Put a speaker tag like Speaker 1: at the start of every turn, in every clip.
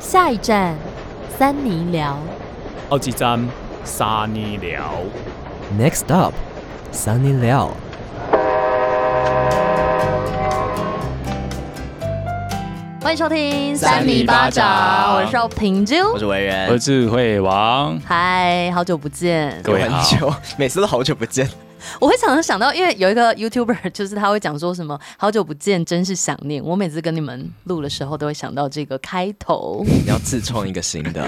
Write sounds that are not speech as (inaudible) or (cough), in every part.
Speaker 1: 下一站，三尼寮。
Speaker 2: 好几站沙尼寮。
Speaker 3: Next up, Sunny Liao。
Speaker 1: 欢迎收听《
Speaker 2: 三尼巴掌
Speaker 1: 我是邵平啾
Speaker 4: 我。是维人，
Speaker 2: 我是慧王，
Speaker 1: 嗨，好久不见！
Speaker 2: 各位好
Speaker 4: 很久，每次都好久不见。
Speaker 1: 我会常常想到，因为有一个 YouTuber，就是 (laughs) 他会讲说什么“好久不见，真是想念”。我每次跟你们录的时候，都会想到这个开头。 (laughs)
Speaker 4: 你要自创一个新的，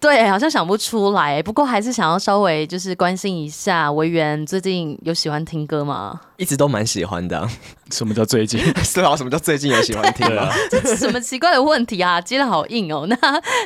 Speaker 1: 对，好像想不出来，不过还是想要稍微就是关心一下维园最近有喜欢听歌吗？(laughs)
Speaker 4: (laughs) 一直都蛮喜欢的。
Speaker 2: 什么叫最近？
Speaker 4: (laughs) 是吧？什么叫最近有喜欢听
Speaker 2: 对
Speaker 4: 吗
Speaker 2: 啊？
Speaker 1: 这是什么奇怪的问题啊？接的好硬哦。那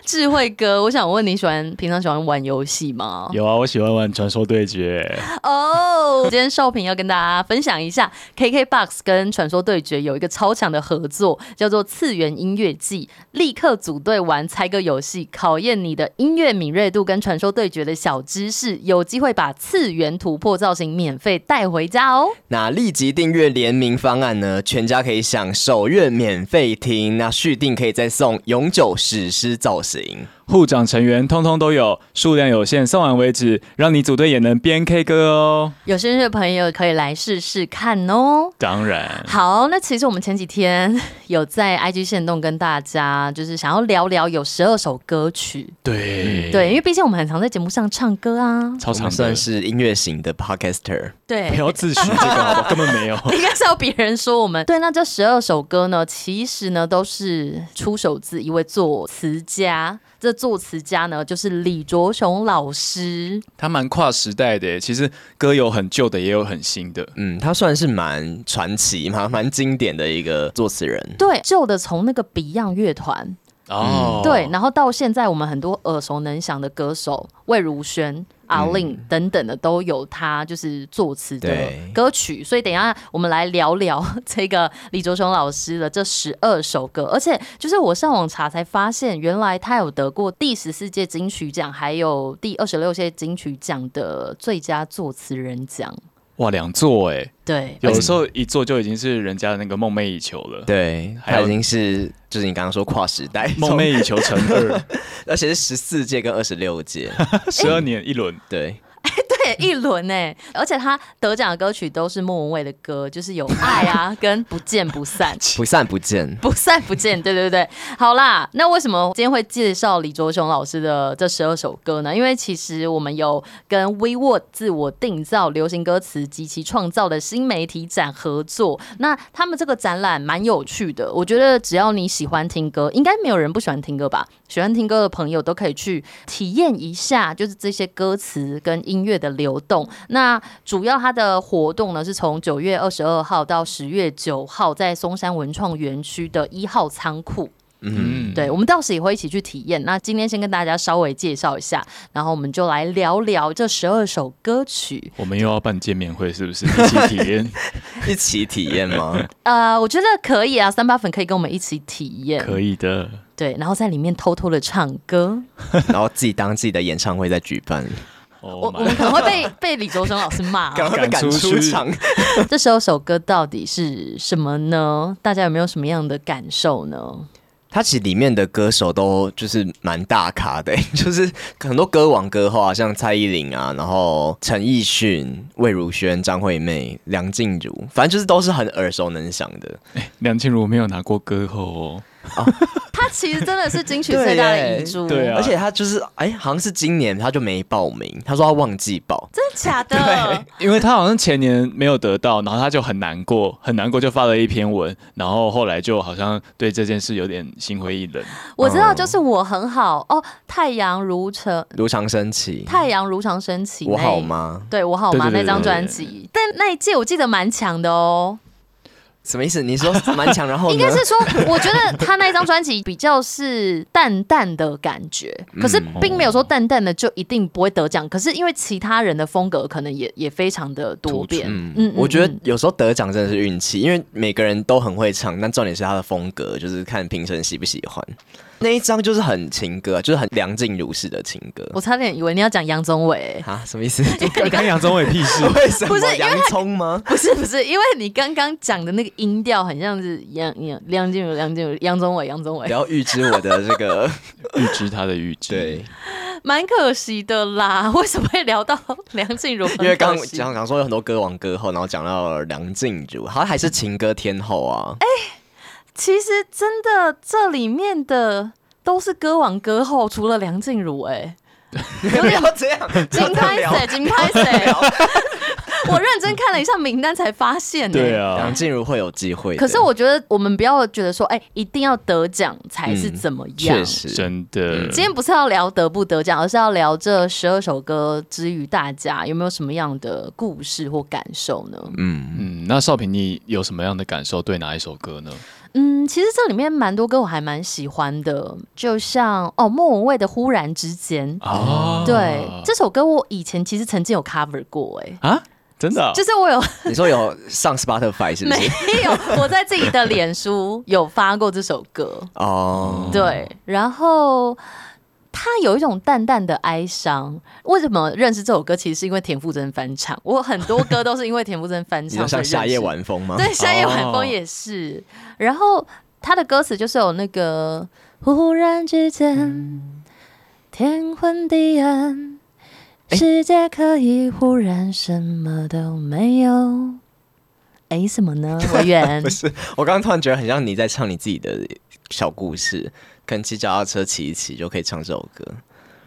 Speaker 1: 智慧哥，我想问你喜欢平常喜欢玩游戏吗？
Speaker 2: 有啊，我喜欢玩传说对决。
Speaker 1: 哦，今天少平要跟大家分享一下，KKBOX 跟传说对决有一个超强的合作，叫做次元音乐季，立刻组队玩猜歌游戏，考验你的音乐敏锐度跟传说对决的小知识，有机会把次元突破造型免费带回家哦。
Speaker 4: 那立即订阅联名方案呢，全家可以享首月免费听，那续订可以再送永久史诗造型。
Speaker 2: 护长成员通通都有，数量有限，送完为止，让你组队也能边 K 歌哦。
Speaker 1: 有兴趣的朋友可以来试试看哦。
Speaker 2: 当然，
Speaker 1: 好，那其实我们前几天有在 IG 线动跟大家，就是想要聊聊有十二首歌曲，
Speaker 2: 对
Speaker 1: 对，因为毕竟我们很常在节目上唱歌啊，
Speaker 2: 超
Speaker 4: 我
Speaker 2: 长的
Speaker 4: 们算是音乐型的 podcaster，
Speaker 1: 对
Speaker 2: 不，要自诩这个好不好？根本
Speaker 4: (laughs)
Speaker 2: 没有。
Speaker 1: (laughs) 应该是要别人说我们对。那这十二首歌呢，其实呢都是出手自一位作词家。这作词家呢，就是李卓雄老师。
Speaker 2: 它蛮跨时代的耶，其实歌有很旧的，也有很新的。
Speaker 4: 嗯，他算是蛮传奇、蛮蛮经典的一个作词人。
Speaker 1: 对，旧的从那个 Beyond 乐团，
Speaker 2: 哦，
Speaker 1: 对，然后到现在我们很多耳熟能详的歌手，魏如萱。阿令等等的都有他就是作词的
Speaker 4: 对
Speaker 1: 歌曲，所以等一下我们来聊聊 (laughs) 这个李卓雄老师的这十二首歌，而且就是我上网查才发现，原来他有得过第十四届金曲奖，还有第二十六届金曲奖的最佳作词人奖。
Speaker 2: 哇，两座哎，
Speaker 1: 对，
Speaker 2: 有的时候一做就已经是人家的那个梦寐以求了。，
Speaker 4: 对，
Speaker 2: 还
Speaker 4: 他
Speaker 2: 有
Speaker 4: 已经是就是你刚刚说跨时代，
Speaker 2: 梦寐以求乘
Speaker 4: (laughs)
Speaker 2: 二，
Speaker 4: 从，而且是十四届跟二十六届。
Speaker 2: 十二年一轮。
Speaker 4: 对，
Speaker 1: 对，一轮呢、而且他得奖的歌曲都是莫文蔚的歌，就是有爱啊，跟不见不散。
Speaker 4: (laughs) 不散不见。
Speaker 1: 不散不见，对对对，好啦，那为什么今天会介绍李卓雄老师的这十二首歌呢？因为其实我们有跟 WeWord 自我定造流行歌词及其创造的新媒体展合作，那他们这个展览蛮有趣的，我觉得只要你喜欢听歌，应该没有人不喜欢听歌吧？喜欢听歌的朋友都可以去体验一下，就是这些歌词跟音乐的流动。那主要它的活动呢，是从九月二十二号到十月九号，在松山文创园区的一号仓库。
Speaker 2: 嗯，
Speaker 1: 对，我们到时也会一起去体验。那今天先跟大家稍微介绍一下，然后我们就来聊聊这十二首歌曲。
Speaker 2: 我们又要办见面会，是
Speaker 1: (laughs)
Speaker 2: 不是？一起体验
Speaker 4: 一起体验吗？
Speaker 1: 呃，我觉得可以啊，三八粉可以跟我们一起体验，
Speaker 2: 可以的。
Speaker 1: 对，然后在里面偷偷的唱歌。
Speaker 4: 然后自己当自己的演唱会在举办，
Speaker 1: (laughs) 我
Speaker 2: 哦
Speaker 1: 我们可能会被被李卓生老师骂、
Speaker 2: (laughs)
Speaker 4: 赶
Speaker 1: 啊。
Speaker 4: 快被赶出场。
Speaker 1: 这十二首歌到底是什么呢？大家有没有什么样的感受呢？
Speaker 4: 他其实里面的歌手都就是蛮大咖的、欸 (laughs) 就是很多歌王歌后啊，像蔡依林啊，然后陈奕迅、魏如萱、张惠妹、梁静茹，反正就是都是很耳熟能详的。
Speaker 2: 梁静茹没有拿过歌后哦，
Speaker 1: 它其实真的是金曲最大的遗珠，
Speaker 2: (laughs) 对耶啊
Speaker 4: 而且他就是哎、好像是今年他就没报名，他说他忘记报。
Speaker 1: 真的假
Speaker 2: (laughs)
Speaker 1: 的？
Speaker 2: 因为她好像前年没有得到，然后她就很难过，很难过就发了一篇文，然后后来就好像对这件事有点心灰意
Speaker 1: (laughs)
Speaker 2: 冷。
Speaker 1: 我知
Speaker 2: 哦
Speaker 1: 道，就是我很好哦，太阳如晨，
Speaker 4: 如常升起，
Speaker 1: 太阳如常升起，
Speaker 4: 我
Speaker 1: 那
Speaker 4: 好？吗？
Speaker 1: 对我好吗？
Speaker 2: 对对对
Speaker 1: 那张
Speaker 2: 对
Speaker 1: 专
Speaker 2: 对
Speaker 1: 辑，但那一届我记得蛮强的哦。
Speaker 4: 什么意思？你说蛮强，然哦后
Speaker 1: (laughs)
Speaker 4: 呢 (laughs)
Speaker 1: 应该是说，我觉得他那一张专辑比较是淡淡的感觉，
Speaker 4: 嗯
Speaker 1: 可是并没有
Speaker 4: 哦
Speaker 1: 说淡淡的就一定不会得奖。可是因为其他人的风格可能也也非常的多变，嗯嗯，
Speaker 4: 我觉得
Speaker 1: 嗯
Speaker 4: 有时候得奖真的是运气，因为每个人都很会唱，但重点是他的风格，就是看评审喜不喜欢。那一张就是很情歌啊，就是很梁静茹式的情歌
Speaker 1: 我差点以为你要讲杨宗纬、 (laughs)
Speaker 4: 啊？什么意思？
Speaker 2: 跟杨宗纬屁事
Speaker 4: 为什
Speaker 1: 不是因
Speaker 4: 么
Speaker 1: 为
Speaker 4: 洋葱
Speaker 1: (laughs)
Speaker 4: 吗？
Speaker 1: 不是不是，因为你刚刚讲的那个音调很像是杨杨梁静茹、梁静茹、杨宗纬、杨宗
Speaker 4: 不
Speaker 1: 纬，
Speaker 4: 要预知我的这
Speaker 1: (laughs)
Speaker 4: 个
Speaker 2: 预知他的预知。
Speaker 4: 对，，
Speaker 1: 蛮可惜的啦。为什么会聊到梁静茹？
Speaker 4: 因为刚
Speaker 1: 很可惜
Speaker 4: 讲讲说有很多歌王歌后，然后讲到了梁静茹，她还是情歌天后啊。
Speaker 1: 其实真的这里面的都是歌王歌后，除了梁静茹、哎，
Speaker 4: (laughs) 不要
Speaker 1: (laughs)
Speaker 4: 这样，
Speaker 1: 金
Speaker 4: 不要
Speaker 1: 拍
Speaker 4: 聊
Speaker 1: 谁？金拍谁？ (laughs) 我认真看了一下名单，才发现、哎
Speaker 2: 对啊
Speaker 4: 梁，静茹会有机会的。
Speaker 1: 可是我觉得我们不要觉得说，哎、一定要得奖才是怎么样。
Speaker 4: 嗯确实，
Speaker 2: 真的
Speaker 1: 今天不是要聊得不得奖，而是要聊这十二首歌之于大家有没有什么样的故事或感受呢？
Speaker 4: 嗯，
Speaker 2: 嗯，那少平，你有什么样的感受？对哪一首歌呢？
Speaker 1: 嗯，其实这里面蛮多歌我还蛮喜欢的，就像哦莫文蔚的《忽然之间》。
Speaker 2: 啊
Speaker 1: 嗯对，
Speaker 4: 嗯
Speaker 1: 这首歌我以前其实曾经有 cover 过、哎，
Speaker 2: 啊，真的啊
Speaker 1: 就是我有 (laughs)
Speaker 4: 你说有上 Spotify 是不
Speaker 1: 没
Speaker 4: 是？
Speaker 1: 有我在自己的脸
Speaker 4: (laughs)
Speaker 1: 书有发过这首歌，
Speaker 4: 哦，
Speaker 1: 对，然后他有一种淡淡的哀伤。为什么认识这首歌？其实是因为田馥甄翻唱，我很多歌都是因为田馥甄翻
Speaker 4: (laughs) 你
Speaker 1: 唱。
Speaker 4: 说像夏夜，晚风吗？
Speaker 1: 对，夏夜晚风也是。然后他的歌词就是有那个忽然之间，天昏地暗。世界可以忽然什么都没有，哎，什么呢？我远
Speaker 4: 不是， (laughs) 我刚刚突然觉得很像你在唱你自己的小故事，可能骑脚踏车骑一骑就可以唱这首歌。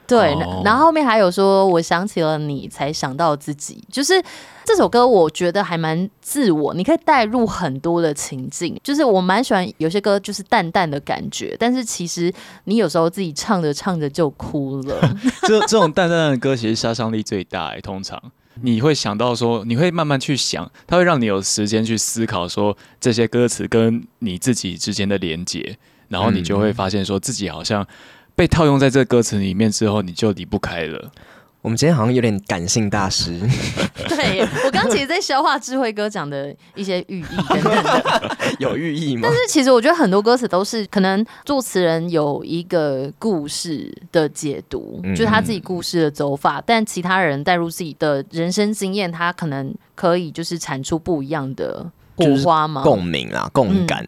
Speaker 1: 对，
Speaker 2: 哦
Speaker 1: 然后后面还有说，我想起了你，才想到自己，就是这首歌，我觉得还蛮自我，你可以带入很多的情境，就是我蛮喜欢有些歌就是淡淡的感觉，但是其实你有时候自己唱着唱着就哭了，
Speaker 4: (laughs)
Speaker 2: 这这种淡淡的歌其实杀伤力最大、欸，通常。
Speaker 4: 嗯
Speaker 2: 你会想到说，你会慢慢去想，它会让你有时间去思考说这些歌词跟你自己之间的连结，然后你就
Speaker 4: 嗯
Speaker 2: 会发现说自己好像被套用在这歌词里面之后，你就离不开了。
Speaker 4: (laughs) 我们今天好像有点感性大师，
Speaker 1: 对我刚其实，在消化智慧歌讲的一些寓意等等的，
Speaker 4: (laughs) 有寓意吗？
Speaker 1: 但是其实我觉得很多歌词都是可能作词人有一个故事的解读，
Speaker 4: 嗯
Speaker 1: 就是他自己故事的走法，但其他人带入自己的人生经验，他可能可以就是产出不一样的火花嘛。
Speaker 4: 共嗯鸣
Speaker 1: 嗯
Speaker 4: 啊，共感。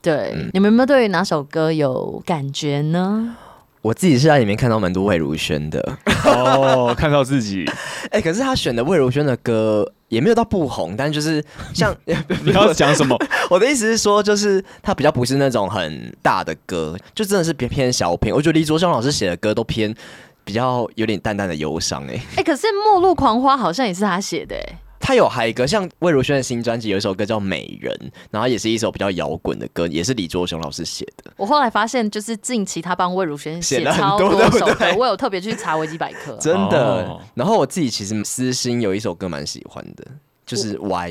Speaker 1: 对，你们有没有对于哪首歌有感觉呢？
Speaker 4: 我自己是在里面看到蛮多魏如萱的，
Speaker 2: 哦，看到自己，
Speaker 4: (laughs) 哎、可是她选的魏如萱的歌也没有到不红，但就是像 (laughs)
Speaker 2: 你要讲什么？
Speaker 4: 我的意思是说，就是它比较不是那种很大的歌，就真的是偏偏小品。我觉得李卓雄老师写的歌都偏比较有点淡淡的忧伤、欸，
Speaker 1: 哎、可是《末路狂花》好像也是他写的、哎，
Speaker 4: 他有嗨歌，像魏如萱的新专辑有一首歌叫《美人》，然后也是一首比较摇滚的歌，也是李卓雄老师写的。
Speaker 1: 我后来发现，就是近期他帮魏如萱
Speaker 4: 写
Speaker 1: 写
Speaker 4: 了很
Speaker 1: 超
Speaker 4: 多对不
Speaker 1: 首歌
Speaker 4: 对，
Speaker 1: 我有特别去查维基百
Speaker 4: (laughs)
Speaker 1: 科。
Speaker 4: 真的。
Speaker 2: 哦
Speaker 4: 然后我自己其实私心有一首歌蛮喜欢的，就是《歪》。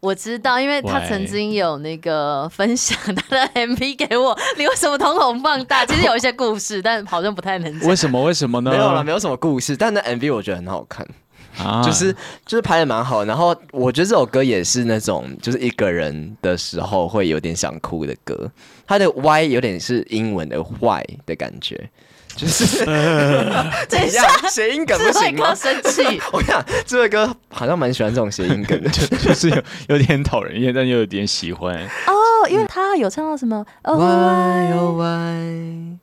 Speaker 1: 我知道，因为他
Speaker 2: 喂
Speaker 1: 曾经有那个分享他的 MV 给我，你为什么瞳孔放 (laughs) 大？其实有一些故事，但好像不太能讲
Speaker 2: 为。什么？为什么呢？
Speaker 4: 没有了，没有什么故事，但那 MV 我觉得很好看，
Speaker 2: 啊
Speaker 4: 就是就是拍的蛮好。然后我觉得这首歌也是那种就是一个人的时候会有点想哭的歌。它的 Y 有点是英文的坏的感觉，就是
Speaker 1: 等一
Speaker 4: 怎样谐音梗不
Speaker 1: 智慧
Speaker 4: 行
Speaker 1: 哥
Speaker 4: 吗？
Speaker 1: 生气，
Speaker 4: (laughs) 我跟你讲，这位哥好像蛮喜欢这种谐音梗的。
Speaker 2: 就是有有点讨人厌，但又有点喜欢。
Speaker 1: (laughs) 哦，因为他有唱到什么哦，
Speaker 4: 歪哦歪，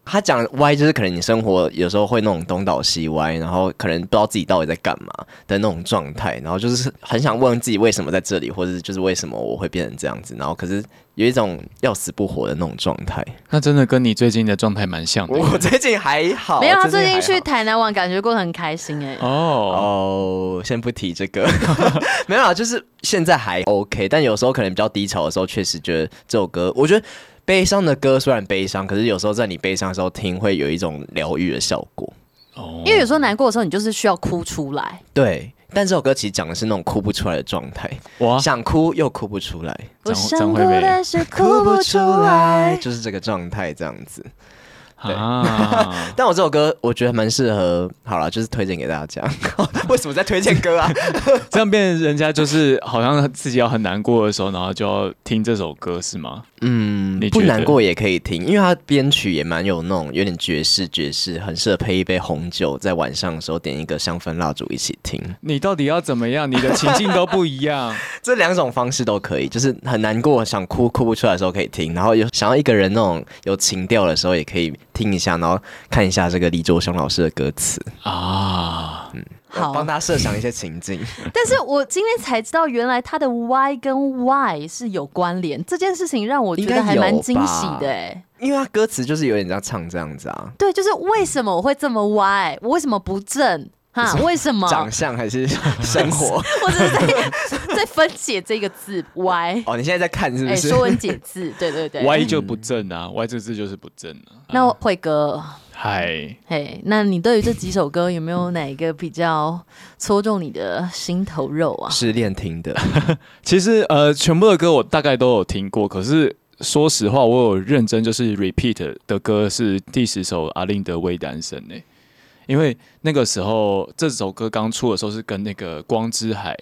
Speaker 4: 他讲歪就是可能你生活有时候会那种东倒西歪，然后可能不知道自己到底在干嘛的那种状态，然后就是很想问自己为什么在这里，或者是就是为什么我会变成这样子，然后可是有一种要死不活的那种状态。
Speaker 2: 那真的跟你最近的状态蛮像的
Speaker 4: 我我最近还好，
Speaker 1: 没有，他最
Speaker 4: 最
Speaker 1: 近
Speaker 4: 还
Speaker 1: 去
Speaker 4: 好。
Speaker 1: 台南玩，感觉过得很开心哎、
Speaker 2: 哦。
Speaker 4: 哦，先不提这个， (laughs) 没有啦，就是现在还 OK，但有时候可能比较低潮的时候，确实觉得这首歌，我觉得悲伤的歌虽然悲伤，可是有时候在你悲伤的时候听，会有一种疗愈的效果。
Speaker 2: 哦
Speaker 1: 因为有时候难过的时候，你就是需要哭出来。
Speaker 4: 对，但这首歌其实讲的是那种哭不出来的状态，
Speaker 1: 哦
Speaker 2: 哇，
Speaker 4: 想哭又哭不出来，
Speaker 1: 我
Speaker 2: 张
Speaker 1: 想
Speaker 2: 张
Speaker 1: 哭
Speaker 2: 惠妹
Speaker 1: 但是哭不出来。
Speaker 4: 就是这个状态这样子。对
Speaker 2: 啊，
Speaker 4: 但我这首歌我觉得蛮适合，好了，就是推荐给大家。 (laughs) 为什么在推荐歌啊？
Speaker 2: 这样变成人家就是好像自己要很难过的时候，然后就要听这首歌是吗？
Speaker 4: 嗯
Speaker 2: 你，觉
Speaker 4: 不
Speaker 2: 得
Speaker 4: 难过也可以听，因为它编曲也蛮有那种有点爵士爵士，很适合配一杯红酒，在晚上的时候点一个香氛蜡烛一起听。
Speaker 2: 你到底要怎么样？你的情境都不一样。
Speaker 4: 这两种方式都可以，就是很难过想哭哭不出来的时候可以听，然后有想要一个人那种有情调的时候也可以听一下，然后看一下这个李卓雄老师的歌词，
Speaker 2: (laughs) 啊，
Speaker 1: 好
Speaker 4: 帮大家设想一些情境。
Speaker 1: 但是我今天才知道，原来他的 Y 跟 Y 是有关联，这件事情让我觉
Speaker 4: 应该
Speaker 1: 得还
Speaker 4: 有
Speaker 1: 蛮惊喜
Speaker 4: 吧
Speaker 1: 的、欸。
Speaker 4: 因为他歌词就是有点像唱这样子啊，
Speaker 1: 对，就是为什么我会这么歪？我为什么不正？哈，为什么？
Speaker 4: 长相还是生活？
Speaker 1: (laughs) 我只是在在分解这个字歪。
Speaker 4: 哦，你现在在看是
Speaker 1: 哎、
Speaker 4: 不是？
Speaker 1: 说文解字，对对对。
Speaker 2: 歪就不正啊，歪这字就是不正啊。
Speaker 1: 那我慧哥，
Speaker 2: 嗨，
Speaker 1: 嘿，那你对于这几首歌有没有哪一个比较戳中你的心头肉啊？
Speaker 4: (laughs) 失恋听的，
Speaker 2: 其实呃，全部的歌我大概都有听过，可是说实话，我有认真就是 repeat 的歌是第十首阿令的《微单身》呢，因为那个时候这首歌刚出的时候是跟那个《光之海》，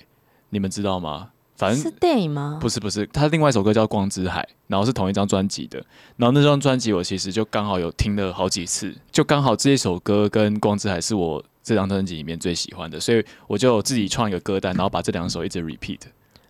Speaker 2: 你们知道吗？反
Speaker 1: 是
Speaker 2: 正
Speaker 1: 电影吗？
Speaker 2: 不是不是，他另外一首歌叫《光之海》，然后是同一张专辑的。然后那张专辑我其实就刚好有听了好几次，就刚好这一首歌跟《光之海》是我这张专辑里面最喜欢的，所以我就自己创一个歌单，然后把这两首一直 repeat。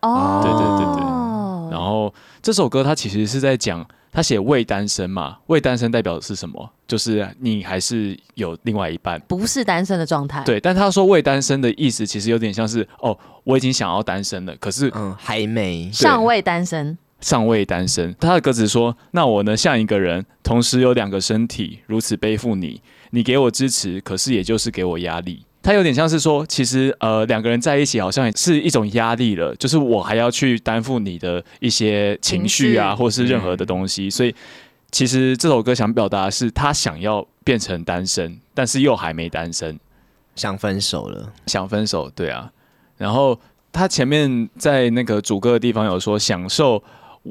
Speaker 1: 哦，
Speaker 2: 对对对然后这首歌它其实是在讲，他写未单身嘛，未单身代表的是什么？就是你还是有另外一半。
Speaker 1: 不是单身的状态。
Speaker 2: 对，但他说未单身的意思其实有点像是哦，我已经想要单身了，可是
Speaker 4: 嗯，还没。
Speaker 1: 尚未单身，
Speaker 2: 尚未单身。他的歌词说：“那我呢，像一个人，同时有两个身体，如此背负你。你给我支持，可是也就是给我压力。”他有点像是说，其实呃，两个人在一起好像也是一种压力了，就是我还要去担负你的一些情绪啊，
Speaker 1: 情绪嗯
Speaker 2: 或是任何的东西。所以，其实这首歌想表达的是，他想要变成单身，但是又还没单身。
Speaker 4: 想分手了，
Speaker 2: 想分手，对啊。然后他前面在那个主歌的地方有说，享受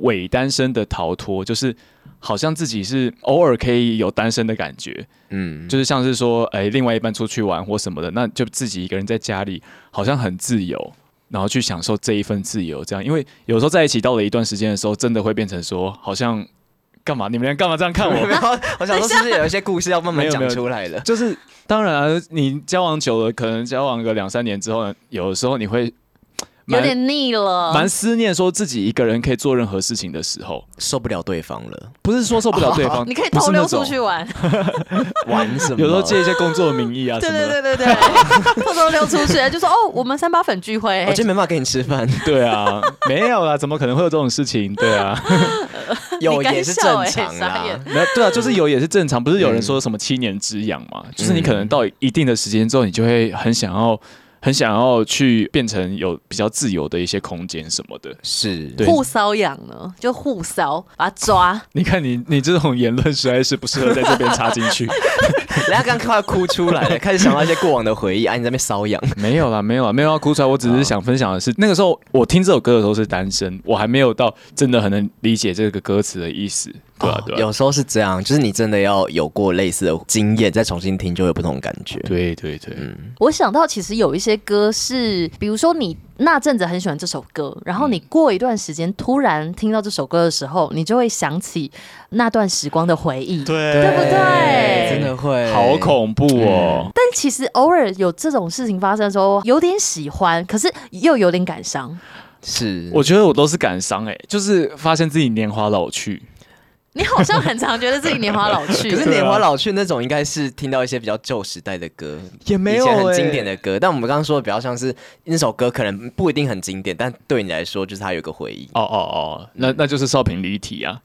Speaker 2: 伪单身的逃脱，就是好像自己是偶尔可以有单身的感觉， (laughs)
Speaker 4: 嗯，
Speaker 2: 就是像是说，哎，另外一半出去玩或什么的，那就自己一个人在家里，好像很自由。然后去享受这一份自由，这样，因为有时候在一起到了一段时间的时候，真的会变成说，好像干嘛？你们干嘛这样看我？
Speaker 4: (laughs) 没有，我想说是不是有一些故事要慢
Speaker 2: 没
Speaker 4: 慢
Speaker 2: 有没有
Speaker 4: 讲出来了？
Speaker 2: 就是当然、啊，你交往久了，可能交往个两三年之后呢，有的时候你会
Speaker 1: 有
Speaker 2: 蛮
Speaker 1: 点腻了。
Speaker 2: 蛮思念说自己一个人可以做任何事情的时候，
Speaker 4: 受不了对方了，
Speaker 2: 不是说受不了对方，
Speaker 1: 哦你可以
Speaker 2: 不是
Speaker 1: 偷
Speaker 2: 那
Speaker 1: 溜出
Speaker 2: 种啊
Speaker 1: 去，玩，
Speaker 4: 玩什么？
Speaker 2: 有时候借一些工作的名义啊
Speaker 1: (laughs)
Speaker 2: 什
Speaker 1: 对
Speaker 2: 么
Speaker 1: 对
Speaker 2: 的，
Speaker 1: 对对对，偷偷溜出去，就说哦，我们三八粉聚会
Speaker 4: 哎
Speaker 2: 哦
Speaker 4: 我，今天没办法跟你吃 (laughs) 饭，
Speaker 2: 对啊，没有啦，怎么可能会有这种事情？对啊， (laughs)
Speaker 4: 有
Speaker 1: 干
Speaker 4: 也是
Speaker 1: 笑
Speaker 4: 正
Speaker 1: 欸
Speaker 4: 常
Speaker 1: 傻
Speaker 4: 啦
Speaker 1: 眼。
Speaker 2: 没有对啊，就是有也是正常，不是有人说什么七年之痒嘛？
Speaker 1: 嗯
Speaker 2: 就是你可能到一定的时间之后，你就会很想要。很想要去变成有比较自由的一些空间什么的，
Speaker 4: 是，
Speaker 2: 对
Speaker 1: 互搔痒呢，就互搔，把它抓。
Speaker 2: 你看你你这种言论实在是不适合在这边插进去。
Speaker 4: 人家刚快要哭出来
Speaker 2: (laughs)
Speaker 4: 了，开始想到一些过往的回忆，啊，你在那边瘙痒，
Speaker 2: 没有啦，没有啦，没有要哭出来。我只是想分享的是，那个时候我听这首歌的时候是单身，我还没有到真的很能理解这个歌词的意思。对啊，对啊，
Speaker 4: 有时候是这样，就是你真的要有过类似的经验，再重新听就会有不同的感觉。
Speaker 2: 对对对，
Speaker 1: 我想到其实有一些歌是，比如说你那阵子很喜欢这首歌，然后你过一段时间突然听到这首歌的时候，你就会想起那段时光的回忆。
Speaker 2: 对，
Speaker 1: 对不对
Speaker 4: 真的会
Speaker 2: 好恐怖哦。
Speaker 1: 但其实偶尔有这种事情发生的时候，有点喜欢，可是又有点感伤。
Speaker 4: 是，
Speaker 2: 我觉得我都是感伤哎、就是发现自己年华老去，
Speaker 1: 你好像很常觉得自己年华老去，
Speaker 4: (laughs) 可
Speaker 2: 啊
Speaker 4: 是年华老去那种，应该是听到一些比较旧时代的歌，
Speaker 2: 也欸
Speaker 4: 以前很经典的歌。但我们刚刚说的比较像是那首歌，可能不一定很经典，但对你来说就是它有一个回忆。
Speaker 2: 哦哦哦，那那就是少平离体啊。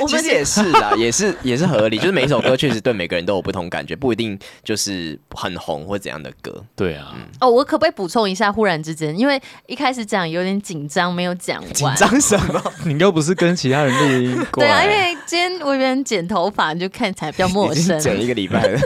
Speaker 1: 我
Speaker 4: 其
Speaker 1: 们
Speaker 4: 实也是啦，也是也是合理，就是每一首歌确实对每个人都有不同感觉，不一定就是很红或怎样的歌。
Speaker 2: 对啊，
Speaker 1: 哦，我可不可以补充一下？忽然之间，因为一开始讲有点紧张，没有讲
Speaker 4: 紧
Speaker 1: 完。
Speaker 4: 张什么？
Speaker 2: 你又不是跟其他人录音
Speaker 1: (laughs)
Speaker 2: 过
Speaker 1: 对
Speaker 2: 欸
Speaker 1: 啊，
Speaker 2: 来
Speaker 1: 因为今天我有点剪头发，就看起来比较陌
Speaker 4: 已经
Speaker 1: 生。
Speaker 4: 整一个礼拜
Speaker 1: (laughs)
Speaker 4: 了，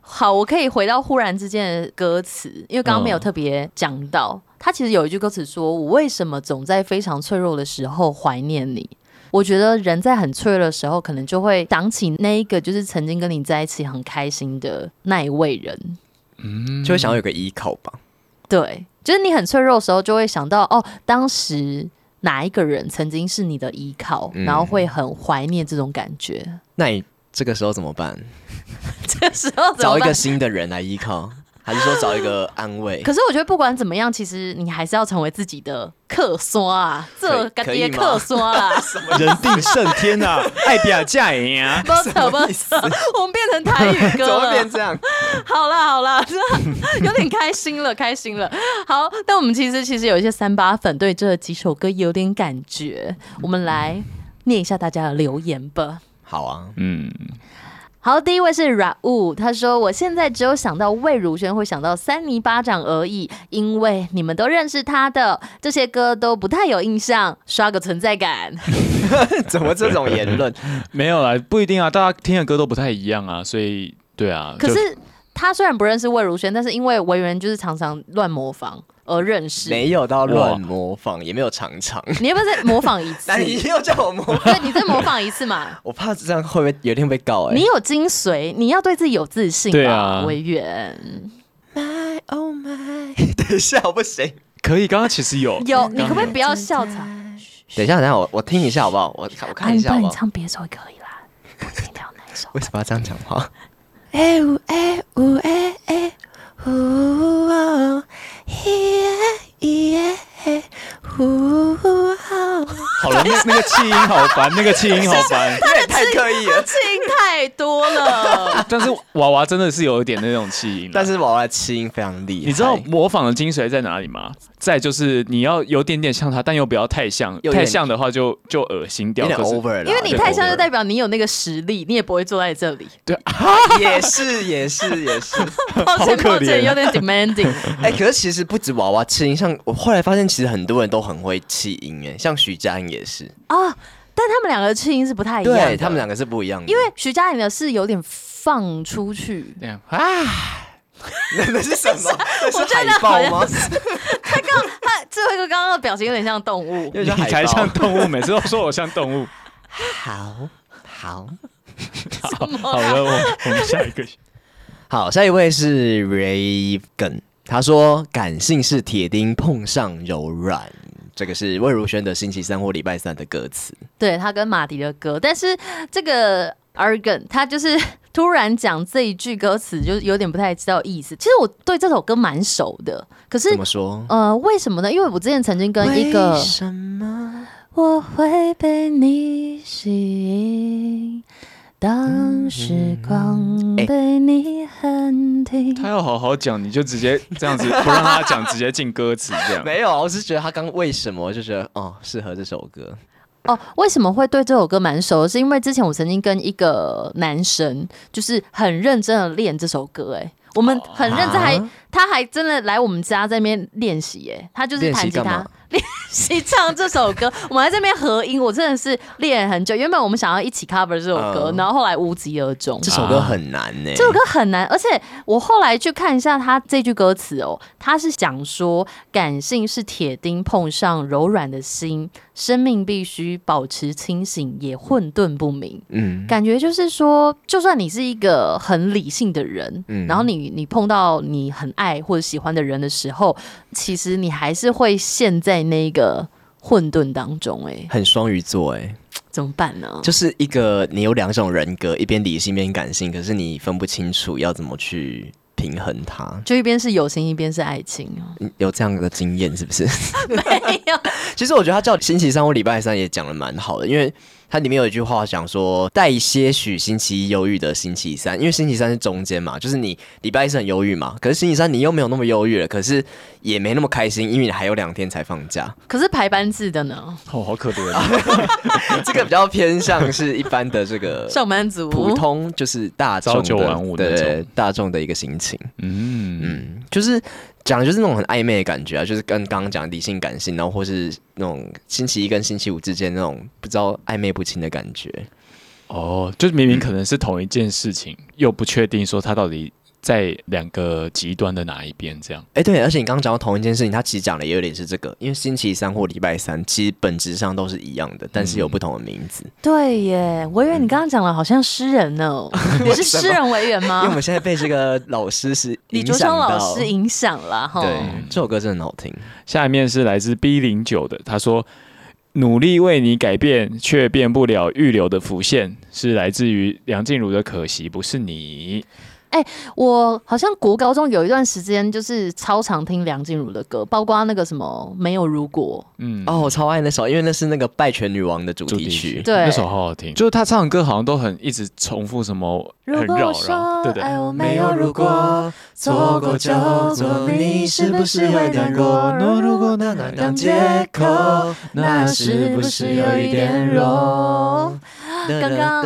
Speaker 1: 好，我可以回到忽然之间的歌词，因为刚刚没有特别讲到，他其实有一句歌词说：“我为什么总在非常脆弱的时候怀念你？”我觉得人在很脆弱的时候，可能就会想起那一个就是曾经跟你在一起很开心的那一位人。
Speaker 2: 嗯，
Speaker 4: 就会想要有个依靠吧。
Speaker 1: 对，就是你很脆弱的时候，就会想到哦，当时哪一个人曾经是你的依靠，
Speaker 4: 嗯
Speaker 1: 然后会很怀念这种感觉。 (laughs)
Speaker 4: 那你这个时候怎么办？
Speaker 1: 这时候怎
Speaker 4: 找
Speaker 1: 么
Speaker 4: 一
Speaker 1: 办
Speaker 4: 个？新的人来依靠，还是说找一个安慰？ (laughs)
Speaker 1: 可是我觉得不管怎么样，其实你还是要成为自己的客刷啊，这干
Speaker 4: 可
Speaker 1: 爹
Speaker 4: 以吗
Speaker 1: 客刷啊
Speaker 4: (laughs)
Speaker 1: 啦，
Speaker 2: 人定胜天呐、
Speaker 1: (laughs)
Speaker 2: 啊，爱比亚嫁赢啊！
Speaker 1: 不什么意思？我们变成台语
Speaker 4: (laughs) 怎
Speaker 1: 歌
Speaker 4: 么会
Speaker 1: 了
Speaker 4: 变。这样？
Speaker 1: 好啦好啦，有点开心了，开心了。好，但我们其实其实有一些三八粉对这几首歌有点感觉，我们来念一下大家的留言吧。
Speaker 4: 好啊，
Speaker 2: 嗯，
Speaker 1: 好，第一位是软物，他说：“我现在只有想到魏如萱，会想到三尼巴掌而已，因为你们都认识他的，这些歌都不太有印象，刷个存在
Speaker 4: (laughs)
Speaker 1: 感。
Speaker 4: (laughs) 怎么这种言论？
Speaker 2: 没有啦，不一定啊，大家听的歌都不太一样啊，所以对啊”，
Speaker 1: 可
Speaker 2: 就是
Speaker 1: 他虽然不认识魏如萱，但是因为维园就是常常乱模仿而认识。
Speaker 4: 没有到乱模仿，也没有常常。
Speaker 1: 你要不要再模仿一
Speaker 4: (laughs)
Speaker 1: 次
Speaker 4: 那？你又叫我模仿？ (laughs)
Speaker 1: 对，你再模仿一次嘛。
Speaker 4: 我怕这样会不会有一天被告、欸？
Speaker 1: 你有精髓，你要对自己有自信
Speaker 2: 对
Speaker 1: 吧，
Speaker 2: 啊
Speaker 1: 维园。
Speaker 4: My oh my，等一 (laughs) 下我不行，
Speaker 2: 可以。刚刚其实有
Speaker 1: 有，你可不可以不要笑场？
Speaker 4: 等一下，等一下，我我听一下好不好？我看我看一
Speaker 1: 啊
Speaker 4: 下好
Speaker 1: 你帮
Speaker 4: 不
Speaker 1: 你
Speaker 4: 好？
Speaker 1: 唱别首也可以啦，不一定要哪一 (laughs) 首。
Speaker 4: 为什么要这样讲
Speaker 2: (laughs)
Speaker 4: 话？
Speaker 5: 哎呜哎呜哎哎呜哦，咿耶咿耶嘿呜哦。
Speaker 2: 好了，那那个气音好烦，那个气音好烦。
Speaker 4: 你也太刻意了。
Speaker 1: 亲太多了，
Speaker 2: 但是娃娃真的是有一点那种气音啊，
Speaker 4: 但是娃娃的气音非常厉害，
Speaker 2: 你知道模仿的精髓在哪里吗？再就是你要有点点像他，但又不要太像，
Speaker 4: 有
Speaker 2: 太
Speaker 4: 点
Speaker 2: 像的话就就恶心
Speaker 4: 有
Speaker 2: 掉。
Speaker 4: 点
Speaker 2: 可是
Speaker 4: over 了啦，啊
Speaker 1: 因为你太像，就代
Speaker 4: 在
Speaker 1: 表你有那个实力，你也不会坐在这
Speaker 4: (laughs)
Speaker 1: 里。
Speaker 4: 也是也是
Speaker 2: (laughs)
Speaker 4: 也是。
Speaker 1: 抱歉，
Speaker 2: 可
Speaker 4: 啊
Speaker 2: 怜
Speaker 1: 抱歉，有点 demanding。
Speaker 4: (laughs) 哎，可是其实不止娃娃气音，像我后来发现，其实很多人都很会气音，哎，像徐佳莹也是，
Speaker 1: 哦但他们两个的气音是不太一样的，
Speaker 4: 对他们两个是不一样的，
Speaker 1: 因为徐佳莹的是有点放出去，
Speaker 2: 这样啊，
Speaker 4: (laughs) 那是什么？那
Speaker 1: (laughs) 我
Speaker 4: 是
Speaker 1: 觉
Speaker 4: 海
Speaker 1: 得
Speaker 4: 报
Speaker 1: 好
Speaker 4: 吗？
Speaker 1: 他最后一个刚刚的表情有点像动
Speaker 4: (laughs)
Speaker 1: 物。
Speaker 4: 因为
Speaker 2: 你
Speaker 4: 像海
Speaker 2: 才
Speaker 4: 报
Speaker 2: 像动物，每次都说我像动物。
Speaker 4: 好好
Speaker 1: (laughs)
Speaker 2: 好
Speaker 1: 哦
Speaker 2: 好了，我我们下一个。
Speaker 4: 好，下一位是 Raven，他说感性是铁钉碰上柔软。这个是魏如萱的星期三或礼拜三的歌词，
Speaker 1: 对他跟马迪的歌，但是这个 Argan 他就是 (laughs) 突然讲这一句歌词，就是有点不太知道意思。其实我对这首歌蛮熟的，可是
Speaker 4: 怎么说？
Speaker 1: 呃，为什么呢？因为我之前曾经跟一个
Speaker 4: 为什么？
Speaker 1: 我会被你吸引，当时光被你喊
Speaker 4: 嗯
Speaker 1: 停。
Speaker 2: 他要好好讲，你就直接这样子，不让他讲，直接进歌词这样。
Speaker 4: (laughs) 没有啊，我是觉得他刚为什么，我就觉得哦，适合这首歌。
Speaker 1: 哦，为什么会对这首歌蛮熟？是因为之前我曾经跟一个男生，就是很认真的练这首歌、哎。我们很认真还，
Speaker 4: 啊
Speaker 1: 他还真的来我们家这边练习，哎，他就是
Speaker 4: 练习
Speaker 1: 弹吉
Speaker 4: 干
Speaker 1: 他
Speaker 4: 嘛，
Speaker 1: 练习唱这首歌。 (laughs) 我们还在这边合音，我真的是练很久。原本我们想要一起 cover 这首歌，
Speaker 4: 嗯
Speaker 1: 然后后来无疾而终。
Speaker 4: 这首歌很难呢、
Speaker 1: 欸这首歌很难，而且我后来去看一下他这句歌词哦，他是讲说感性是铁钉碰上柔软的心，生命必须保持清醒，也混沌不明。
Speaker 4: 嗯，
Speaker 1: 感觉就是说，就算你是一个很理性的人，
Speaker 4: 嗯
Speaker 1: 然后你你碰到你很爱或者喜欢的人的时候，其实你还是会陷在那个混沌当中、哎，
Speaker 4: 很双鱼座哎、
Speaker 1: 怎么办呢？
Speaker 4: 就是一个你有两种人格，一边理性一边感性，可是你分不清楚要怎么去平衡它。
Speaker 1: 就一边是友情，一边是爱情
Speaker 4: (laughs)
Speaker 1: 哦，
Speaker 4: 你有这样的经验是不是？
Speaker 1: 没有 (laughs)
Speaker 4: 其实我觉得他叫星期三或礼拜三也讲的蛮好的，因为它里面有一句话讲说带些许星期一忧郁的星期三，因为星期三是中间嘛，就是你礼拜一是很忧郁嘛，可是星期三你又没有那么忧郁了，可是也没那么开心，因为你还有两天才放假。
Speaker 2: (laughs)
Speaker 1: 可是排班制的呢？
Speaker 2: 哦，好可怜啊。
Speaker 4: 这个比较偏向是一般的这个
Speaker 1: 上班族
Speaker 4: 普通，就是大众的
Speaker 2: 朝九晚五那种
Speaker 4: 对大众的一个心情。
Speaker 2: 嗯，
Speaker 4: 嗯，就是讲的就是那种很暧昧的感觉啊，就是跟刚刚讲的理性感性，然后或是那种星期一跟星期五之间那种不知道暧昧不清的感觉。
Speaker 2: 嗯哦，就是明明可能是同一件事情，又不确定说他到底在两个极端的哪一边这样。
Speaker 4: 哎、对，而且你刚刚讲到同一件事情，他其实讲的也有点是这个，因为星期三或礼拜三其实本质上都是一样的，但是
Speaker 1: 嗯
Speaker 4: 有不同的名字。
Speaker 1: 对耶，我以为你刚刚讲了好像诗人 (laughs) 呢，你是诗人委员
Speaker 4: 因为我
Speaker 1: 吗？
Speaker 4: 们现在被这个老师是
Speaker 1: 啊 (laughs) 李
Speaker 4: 影
Speaker 1: 卓
Speaker 4: 响
Speaker 1: 昌老
Speaker 4: 到
Speaker 1: 师影响哦了哈。
Speaker 4: 对，这首歌真的很好听。
Speaker 2: 下面是来自 B 零九的，他说：“努力为你改变，却变不了预留的浮现，是来自于梁静茹的《可惜不是你》。
Speaker 1: 我好像国高中有一段时间就是超常听梁静茹的歌，包括那个什么没有如果，”
Speaker 2: 嗯，
Speaker 4: 哦，我超爱那首，因为那是那个《拜权女王》的主
Speaker 2: 主
Speaker 4: 题曲。
Speaker 1: 对
Speaker 2: 那首好好听，就是他唱的歌好像都很一直重复什么，很
Speaker 1: 如果
Speaker 2: 绕
Speaker 1: 我
Speaker 2: 绕，
Speaker 1: 说
Speaker 2: 对对。
Speaker 4: 哎
Speaker 1: 爱我没有如果，
Speaker 5: 错过就错，你是不是会软弱？懦如果那难当借口，那是不是有一点弱？
Speaker 1: 啊刚刚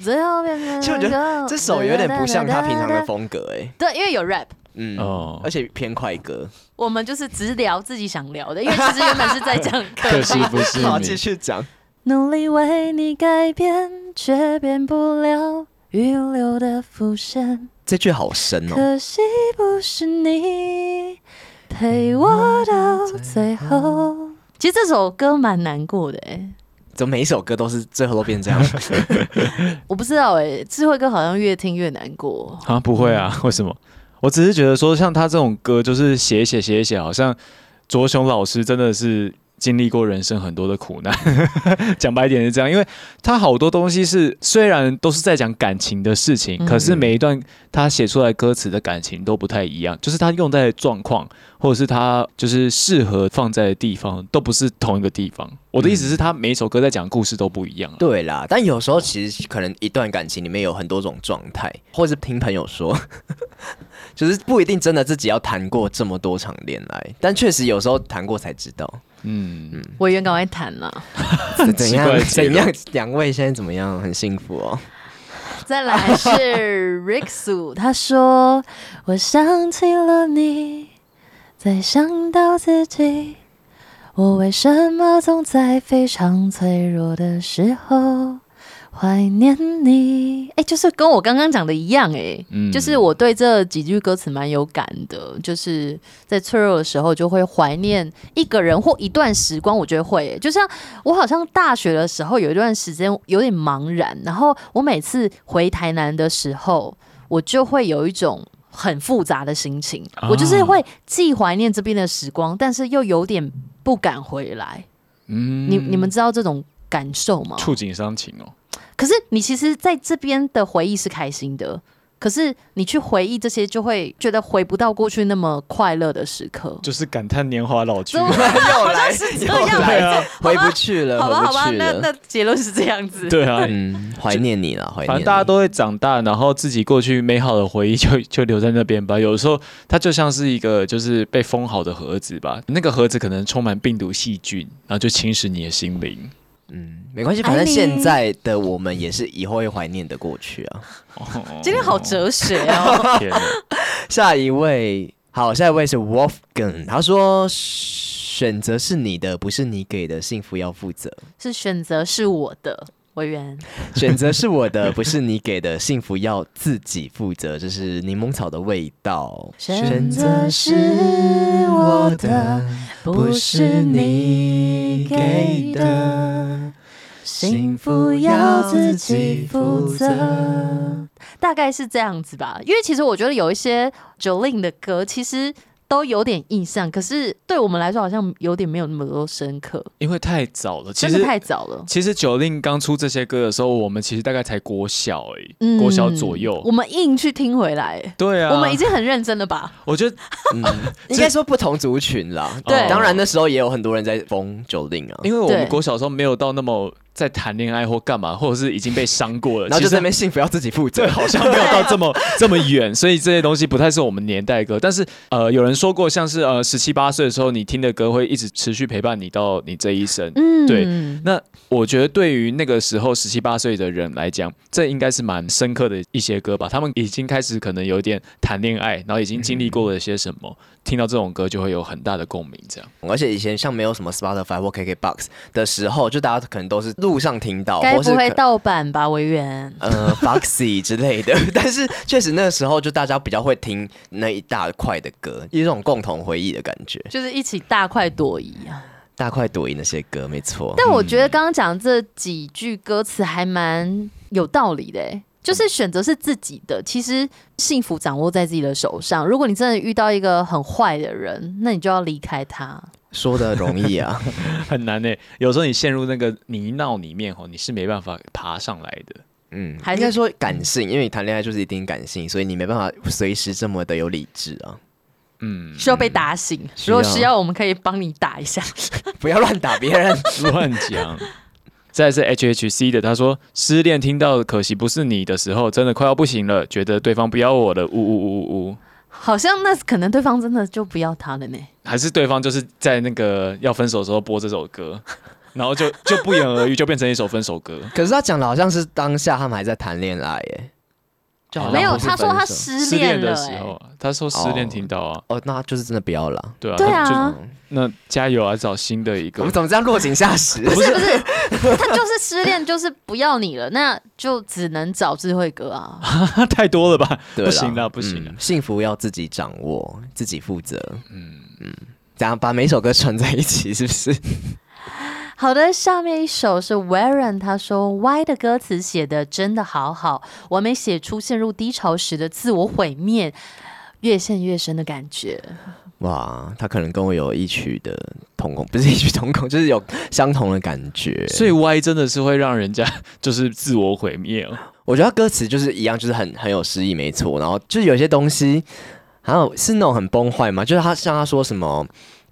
Speaker 1: 最后变成
Speaker 4: 其实我觉
Speaker 1: 得
Speaker 4: 这首有点不像他平常的，风格哎、
Speaker 1: 对，因为有 rap。
Speaker 4: 嗯，
Speaker 2: 哦
Speaker 4: 而且偏快歌。
Speaker 1: 我们就是只聊自己想聊的，因为其实原本是在讲
Speaker 2: 可惜不是
Speaker 4: 好，
Speaker 2: 你
Speaker 4: 继。续讲。
Speaker 1: 努力为你改变，却变不了预留的伏线。
Speaker 4: 这句好深哦，
Speaker 1: 可惜不是你陪我到最后。其实这首歌蛮难过的哎、
Speaker 4: 怎么每一首歌都是最后都变这样？
Speaker 1: 我不知道哎、智慧哥好像越听越难过。
Speaker 2: 啊，不会啊，
Speaker 1: 嗯
Speaker 2: 为什么？我只是觉得说，像他这种歌，就是写一写写一写，好像卓雄老师真的是经历过人生很多的苦难。 (laughs) 讲白一点是这样，因为他好多东西是虽然都是在讲感情的事情，
Speaker 1: 嗯
Speaker 2: 可是每一段他写出来歌词的感情都不太一样，就是他用在的状况，或者是他就是适合放在的地方，都不是同一个地方。我的意思是，他每一首歌在讲的故事都不一样啊。
Speaker 4: 对啦，但有时候其实可能一段感情里面有很多种状态，或是听朋友说， (laughs) 就是不一定真的自己要谈过这么多场恋爱，但确实有时候谈过才知道。
Speaker 2: 嗯，
Speaker 1: 委员赶快啊谈啦，
Speaker 4: 怎
Speaker 2: 奇怪
Speaker 4: 样？
Speaker 2: 的结
Speaker 4: 怎
Speaker 2: 论
Speaker 4: 样？两位现在怎么样？很幸福
Speaker 1: (laughs)
Speaker 4: 哦。
Speaker 1: 再来是 Rick Su，他
Speaker 5: 哦
Speaker 1: 说：“我想起了你，再想到自己，我为什么总在非常脆弱的时候怀念你？”哎、就是跟我刚刚讲的一样、哎。
Speaker 2: 嗯
Speaker 1: 就是我对这几句歌词蛮有感的，就是在脆弱的时候就会怀念一个人或一段时光，我觉得会、就像我好像大学的时候有一段时间有点茫然，然后我每次回台南的时候，我就会有一种。很复杂的心情，
Speaker 2: 啊
Speaker 1: 我就是会既怀念这边的时光，但是又有点不敢回来。
Speaker 2: 嗯
Speaker 1: 你你们知道这种感受吗？
Speaker 2: 触景伤情哦。
Speaker 1: 可是你其实在这边的回忆是开心的，可是你去回忆这些，就会觉得回不到过去那么快乐的时刻。
Speaker 2: 就是感叹年华老去
Speaker 1: 怎么
Speaker 4: 又来，
Speaker 1: 样
Speaker 2: 啊
Speaker 4: 又来，回不去了，
Speaker 1: 好吧，
Speaker 4: 回
Speaker 1: 好吧，
Speaker 4: 不去
Speaker 1: 那
Speaker 4: 了。
Speaker 1: 那结论是这样子。
Speaker 2: 对啊，
Speaker 4: 嗯，怀念你了，怀念你。
Speaker 2: 反正大家都会长大，然后自己过去美好的回忆就 (laughs) 就留在那边吧。有时候它就像是一个就是被封好的盒子吧，那个盒子可能充满病毒细菌，然后就侵蚀你的心灵。
Speaker 4: 嗯，没关系，反正现在的我们也是以后会怀念的过去啊。
Speaker 1: 今天好哲学哦，
Speaker 2: 天啊，
Speaker 4: 下一位，好，下一位是 Wolfgang，他说选择是你的，不是你给的，幸福要负责。
Speaker 1: 是选择是我的委员，
Speaker 4: 选择是我的，不是你给的，幸福要自己负责。这是柠檬草的味道。
Speaker 1: 选择是我的，不是你给的，幸福要自己负责。大概是这样子吧，因为其实我觉得有一些 Jolin 的歌，其实都有点印象，可是对我们来说好像有点没有那么多深刻，
Speaker 2: (laughs) 因为太早了，其
Speaker 1: 真的
Speaker 2: 实。
Speaker 1: 太早了。
Speaker 2: 其实九令刚出这些歌的时候，我们其实大概才国小而已，
Speaker 1: 嗯
Speaker 2: 国小左右。
Speaker 1: 我们硬去听回来，
Speaker 2: 对啊，
Speaker 1: 我们已经很认真了吧？
Speaker 2: 我觉得
Speaker 4: 嗯，应该说不同族群啦。
Speaker 1: 对
Speaker 4: 当然那时候也有很多人在封九令啊，
Speaker 2: 因为我们
Speaker 1: 对
Speaker 2: 国小的时候没有到那么在谈恋爱或干嘛，或者是已经被伤过了，
Speaker 4: 然后
Speaker 2: 呃其
Speaker 4: 就
Speaker 2: 实
Speaker 4: 在那边幸福要自己负责，好
Speaker 2: (laughs) 好像没有到这么 (laughs) 这么远，所以这些东西不太是我们年代的歌。但是呃，有人说过，像是呃十七八岁的时候，你听的歌会一直持续陪伴你到你这一生。
Speaker 1: 嗯，
Speaker 2: 对那我觉得对于那个时候十七八岁的人来讲，这应该是蛮深刻的一些歌吧。他们已经开始可能有一点谈恋爱，然后已经经历过了些什么，听到这种歌就会有很大的共鸣。这样，
Speaker 4: (laughs) 而且以前像没有什么 Spotify 或 KKBox 的时候，就大家可能都是路上听到，
Speaker 1: 该
Speaker 4: 或是
Speaker 1: 不会
Speaker 4: 可
Speaker 1: 盗版吧，维园？
Speaker 4: 呃 Foxy 之类的。 (laughs) 但是确实那个时候就大家比较会听那一大块的歌，有一种共同回忆的感觉。
Speaker 1: 就是一起大快朵颐啊！
Speaker 4: 大快朵颐那些歌，没错。
Speaker 1: 但我
Speaker 2: 嗯
Speaker 1: 觉得刚刚讲这几句歌词还蛮有道理的、欸，
Speaker 2: 嗯
Speaker 1: 就是选择是自己的，其实幸福掌握在自己的手上。如果你真的遇到一个很坏的人，那你就要离开他。
Speaker 4: 说的容易啊，
Speaker 2: 很难呢、欸有时候你陷入那个泥淖里面吼，你是没办法爬上来的。
Speaker 4: 嗯，
Speaker 1: (laughs) 还是
Speaker 4: 应该说感性，因为你谈恋爱就是一定感性，所以你没办法随时这么的有理智
Speaker 1: (laughs)
Speaker 4: 啊。
Speaker 2: 嗯，
Speaker 1: 需要被打醒，
Speaker 4: 需
Speaker 1: 如
Speaker 4: 要
Speaker 1: 果需要，我们可以帮你打一下。 (laughs)
Speaker 4: 不要乱打别人。 (laughs)
Speaker 2: 乱讲。再来是 H H C 的，他说失恋听到可惜不是你的时候，真的快要不行了，觉得对方不要我了，呜呜呜呜呜，
Speaker 1: 好像那可能对方真的就不要他了呢、
Speaker 2: 还是对方就是在那个要分手的时候播这首歌，然后就就不言而喻，就变成一首分手歌。
Speaker 4: 可是他讲的好像是当下他们还在谈恋爱耶。
Speaker 2: 就
Speaker 4: 好
Speaker 2: 好
Speaker 4: 像
Speaker 2: 像
Speaker 1: 没有，
Speaker 4: 不是
Speaker 1: 他说他
Speaker 4: 分手
Speaker 1: 失
Speaker 2: 失
Speaker 1: 恋
Speaker 2: 恋
Speaker 1: 了、
Speaker 2: 的
Speaker 1: 欸，
Speaker 2: 时候，他说失恋听到啊，
Speaker 4: 哦，那就是真的不要了。
Speaker 2: 对啊，
Speaker 1: 对
Speaker 2: 那就
Speaker 1: 啊，
Speaker 2: 那加油啊，找新的一
Speaker 4: 我
Speaker 2: 个 (laughs)
Speaker 4: 们。怎么这样落井下石？
Speaker 1: 不是不是，他就是失恋，就是不要你了，那就只能找智慧哥啊。
Speaker 2: (laughs) 太多了吧？
Speaker 4: 对
Speaker 2: 不行啦不行啦
Speaker 4: 嗯幸福要自己掌握，自己负责。嗯嗯，怎样把每首歌串在一起？是不是？ (laughs)
Speaker 1: 好的，下面一首是 Warren，他说 Y 的歌词写的真的好好，完美写出陷入低潮时的自我毁灭，越陷越深的感觉。
Speaker 4: 哇，他可能跟我有异曲的瞳孔，不是异曲同工，就是有相同的感觉。
Speaker 2: 所以 Y 真的是会让人家就是自我毁灭哦。
Speaker 4: 我觉得他歌词就是一样，就是很很有诗意，没错。然后就是有些东西，还有是那种很崩坏嘛，就是他像他说什么，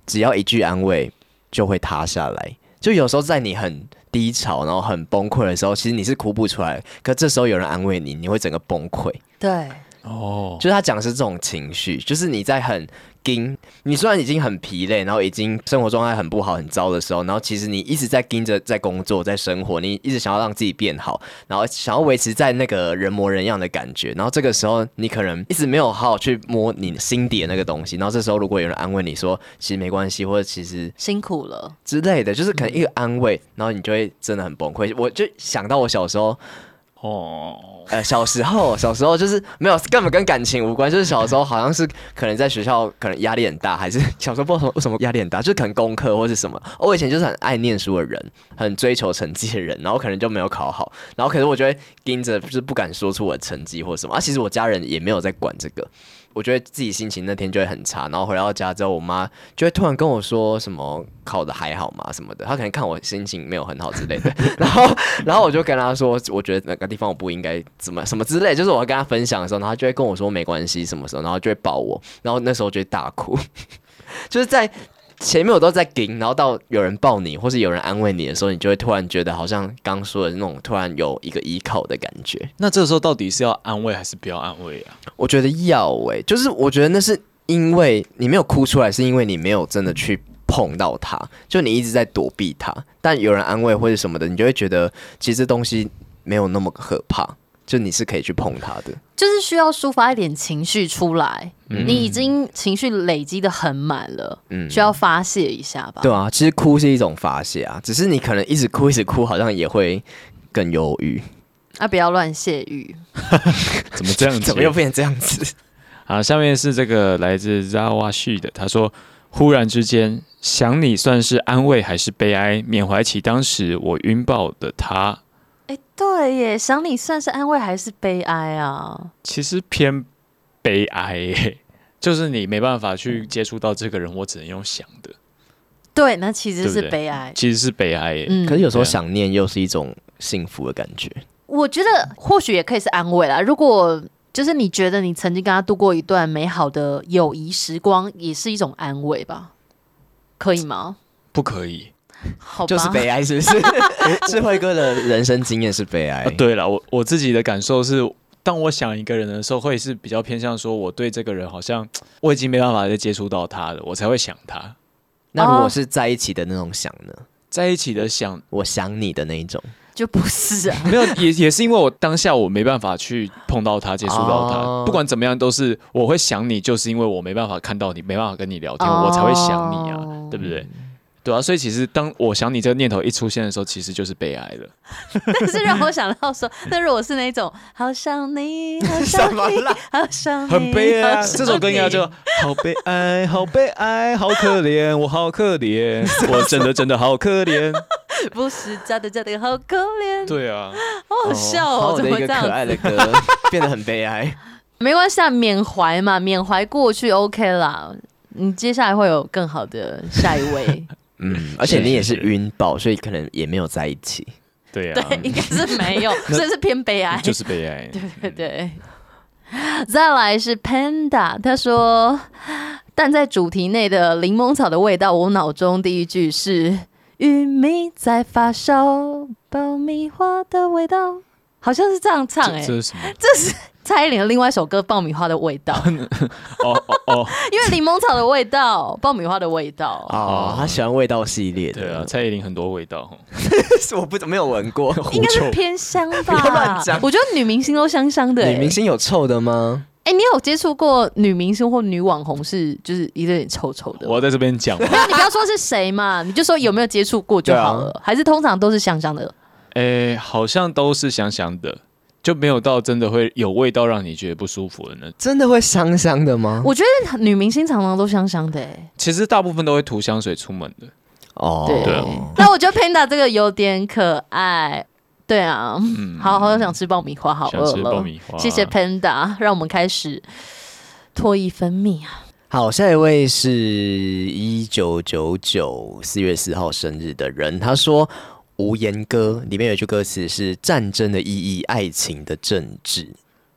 Speaker 4: 只要一句安慰就会塌下来。就有时候在你很低潮，然后很崩溃的时候，其实你是哭不出来，可这时候有人安慰你，你会整个崩溃。
Speaker 1: 对，
Speaker 2: 哦，
Speaker 4: 就是他讲的是这种情绪，就是你在很盯，你虽然已经很疲累，然后已经生活状态很不好、很糟的时候，然后其实你一直在盯着在工作、在生活，你一直想要让自己变好，然后想要维持在那个人模人样的感觉，然后这个时候你可能一直没有好好去摸你心底的那个东西，然后这时候如果有人安慰你说其实没关系，或者其实
Speaker 1: 辛苦了。
Speaker 4: 之类的，就是可能一个安慰，然后你就会真的很崩溃。我就想到我小时候
Speaker 2: 哦，
Speaker 4: 呃，小时候，小时候就是没有，根本跟感情无关，就是小时候好像是可能在学校可能压力很大，还是小时候不知道什么为什么压力很大，就是可能功课或是什么。哦我以前就是很爱念书的人，很追求成绩的人，然后可能就没有考好，然后可是我就会盯着，就是不敢说出我的成绩或什么。啊，其实我家人也没有在管这个。我觉得自己心情那天就会很差，然后回到家之后，我妈就会突然跟我说什么考的还好吗什么的，她可能看我心情没有很好之类的， (laughs) 然后然后我就跟她说，我觉得哪个地方我不应该怎么什么之类，就是我跟她分享的时候，然后她就会跟我说没关系什么时候，然后就会抱我，然后那时候就会大哭， (laughs) 就是在前面我都在顶，然后到有人抱你或是有人安慰你的时候，你就会突然觉得好像刚说的那种突然有一个依靠的感觉。
Speaker 2: 那这时候到底是要安慰还是不要安慰
Speaker 4: (laughs)
Speaker 2: 啊？
Speaker 4: 我觉得要哎、就是我觉得那是因为你没有哭出来，是因为你没有真的去碰到它，就你一直在躲避它。但有人安慰或者什么的，你就会觉得其实这东西没有那么可怕，就你是可以去碰它的。
Speaker 1: 就是需要抒发一点情绪出来，你已经情绪累积的很满了，
Speaker 4: 嗯
Speaker 1: 需要发泄一下吧。
Speaker 4: 对啊，其实哭是一种发泄啊，只是你可能一直哭一直哭，好像也会更忧郁。
Speaker 1: 啊，不要乱泄欲。
Speaker 2: 怎么这
Speaker 1: 嗯
Speaker 2: 样子？
Speaker 4: (laughs) 怎么又变成这样子？
Speaker 2: (laughs) 好，下面是这个来自 Zawashi 的，他说：“忽然之间想你，算是安慰还是悲哀？缅怀起当时我拥抱的他，
Speaker 1: 哎、对耶，想你算是安慰还是悲哀啊？
Speaker 2: 其实偏悲哀 (laughs) 耶、就是你没办法去接触到这个人，我只能用想的，
Speaker 1: 对，那其实
Speaker 2: 对不
Speaker 1: 是
Speaker 2: 对
Speaker 1: 悲哀。
Speaker 2: 其实是悲哀耶、
Speaker 1: 嗯
Speaker 4: 可是有时候
Speaker 2: 对啊
Speaker 4: 想念又是一种幸福的感觉。
Speaker 1: 我觉得或许也可以是安慰啦。如果就是你觉得你曾经跟他度过一段美好的友谊时光，也是一种安慰吧？可以吗？
Speaker 2: 不可以
Speaker 1: 好吧，
Speaker 4: 就是悲哀，是不是？ (laughs) 智慧哥的人生经验是悲哀。
Speaker 1: 哦
Speaker 2: 啊。对了，我我自己的感受是。”当我想一个人的时候，会是比较偏向说，我对这个人好像我已经没办法再接触到他了，我才会想他。
Speaker 4: 那如
Speaker 1: 哦
Speaker 4: 果是在一起的那种想呢？
Speaker 2: 在一起的想
Speaker 1: (laughs)
Speaker 4: 我想你的那一种，
Speaker 1: 就不是啊。
Speaker 2: 没有，也也是因为我当下我没办法去碰到他、接触到他，
Speaker 4: 哦
Speaker 2: 不管怎么样都是我会想你，就是因为我没办法看到你，没办法跟你聊天，我才会想你啊，
Speaker 1: 哦
Speaker 2: 对不对？对啊，所以其实当我想你这个念头一出现的时候，其实就是悲哀
Speaker 1: 哎
Speaker 2: 了。
Speaker 1: 但是让我想到说， (laughs) 那如果是那种好想你，好想
Speaker 4: 什么
Speaker 1: 你
Speaker 4: 啦，
Speaker 1: 好想你，
Speaker 2: 很悲哀、
Speaker 1: (laughs)
Speaker 2: 啊，
Speaker 1: 好想
Speaker 2: 这首歌应该就
Speaker 1: 你
Speaker 2: 好悲哀， (laughs) 好悲哀，好可怜，我好可怜， (laughs) 我真的真的好可怜。
Speaker 1: 不是假的，假的好可怜，
Speaker 2: 对啊，
Speaker 1: 好好笑哦，
Speaker 4: 好
Speaker 1: 怎
Speaker 4: 的一
Speaker 1: 么
Speaker 4: 个
Speaker 1: 这样
Speaker 4: 可
Speaker 1: 子？
Speaker 4: 爱的歌，
Speaker 1: (laughs)
Speaker 4: 变得很悲哀。
Speaker 1: 没关系啊，缅怀嘛，缅怀过去 OK 啦。你接下来会有更好的下一位，
Speaker 4: 嗯，而且你也是
Speaker 2: 是是
Speaker 4: 晕爆，所以可能也没有在一起。
Speaker 2: 对啊，
Speaker 1: 对，应该是没有，这是偏悲哀，
Speaker 2: 就是悲哀。
Speaker 1: 对对。再来是 Panda，他说，但在主题内的柠檬草的味道，我脑中第一句是玉米在发烧，爆米花的味道，好像是这样唱
Speaker 2: 这
Speaker 1: 哎、
Speaker 2: 这是什么？
Speaker 1: 这是蔡依林的另外一首歌《爆米花的味
Speaker 4: (laughs)
Speaker 1: 道》，
Speaker 2: 哦哦哦，
Speaker 1: 因为柠檬草的味道，爆米花的味道。
Speaker 4: 哦，他喜欢味道系列
Speaker 2: 对啊，
Speaker 4: 的，
Speaker 2: 蔡依林很多味道。
Speaker 4: 是我不没有闻 (laughs) 过。
Speaker 1: 应
Speaker 2: 狐
Speaker 1: 该是
Speaker 2: 臭，
Speaker 1: 偏香吧？
Speaker 4: 不要乱讲
Speaker 1: 我觉得女明星都香香的、欸。
Speaker 4: 女明，星有臭的吗？
Speaker 1: 哎、你有接触过女明星或女网红是就是一点臭臭的吗？
Speaker 2: 我要在这边讲吗。
Speaker 1: 没有，你不要说是谁嘛，你就说有没有接触过
Speaker 2: 啊
Speaker 1: 就好了。还是通常都是香香的，
Speaker 2: 嗯诶，好像都是香香的，就没有到真的会有味道让你觉得不舒服的呢。
Speaker 4: 真的会香香的吗？
Speaker 1: 我觉得女明星常常都香香的、欸。
Speaker 2: 其实大部分都会涂香水出门的。
Speaker 4: 哦，
Speaker 1: 对，
Speaker 2: 对啊
Speaker 1: (laughs) 那我觉得 Panda 这个有点可爱。对啊，好好想吃爆米花，好饿
Speaker 2: 嗯想吃
Speaker 1: 了。
Speaker 2: 爆米花啊
Speaker 1: 谢谢 Panda，让我们开始唾液分泌啊。
Speaker 4: 好，下一位是一九九九四月四号生日的人，他说《无言歌》里面有一句歌词是“战争的意义，爱情的政治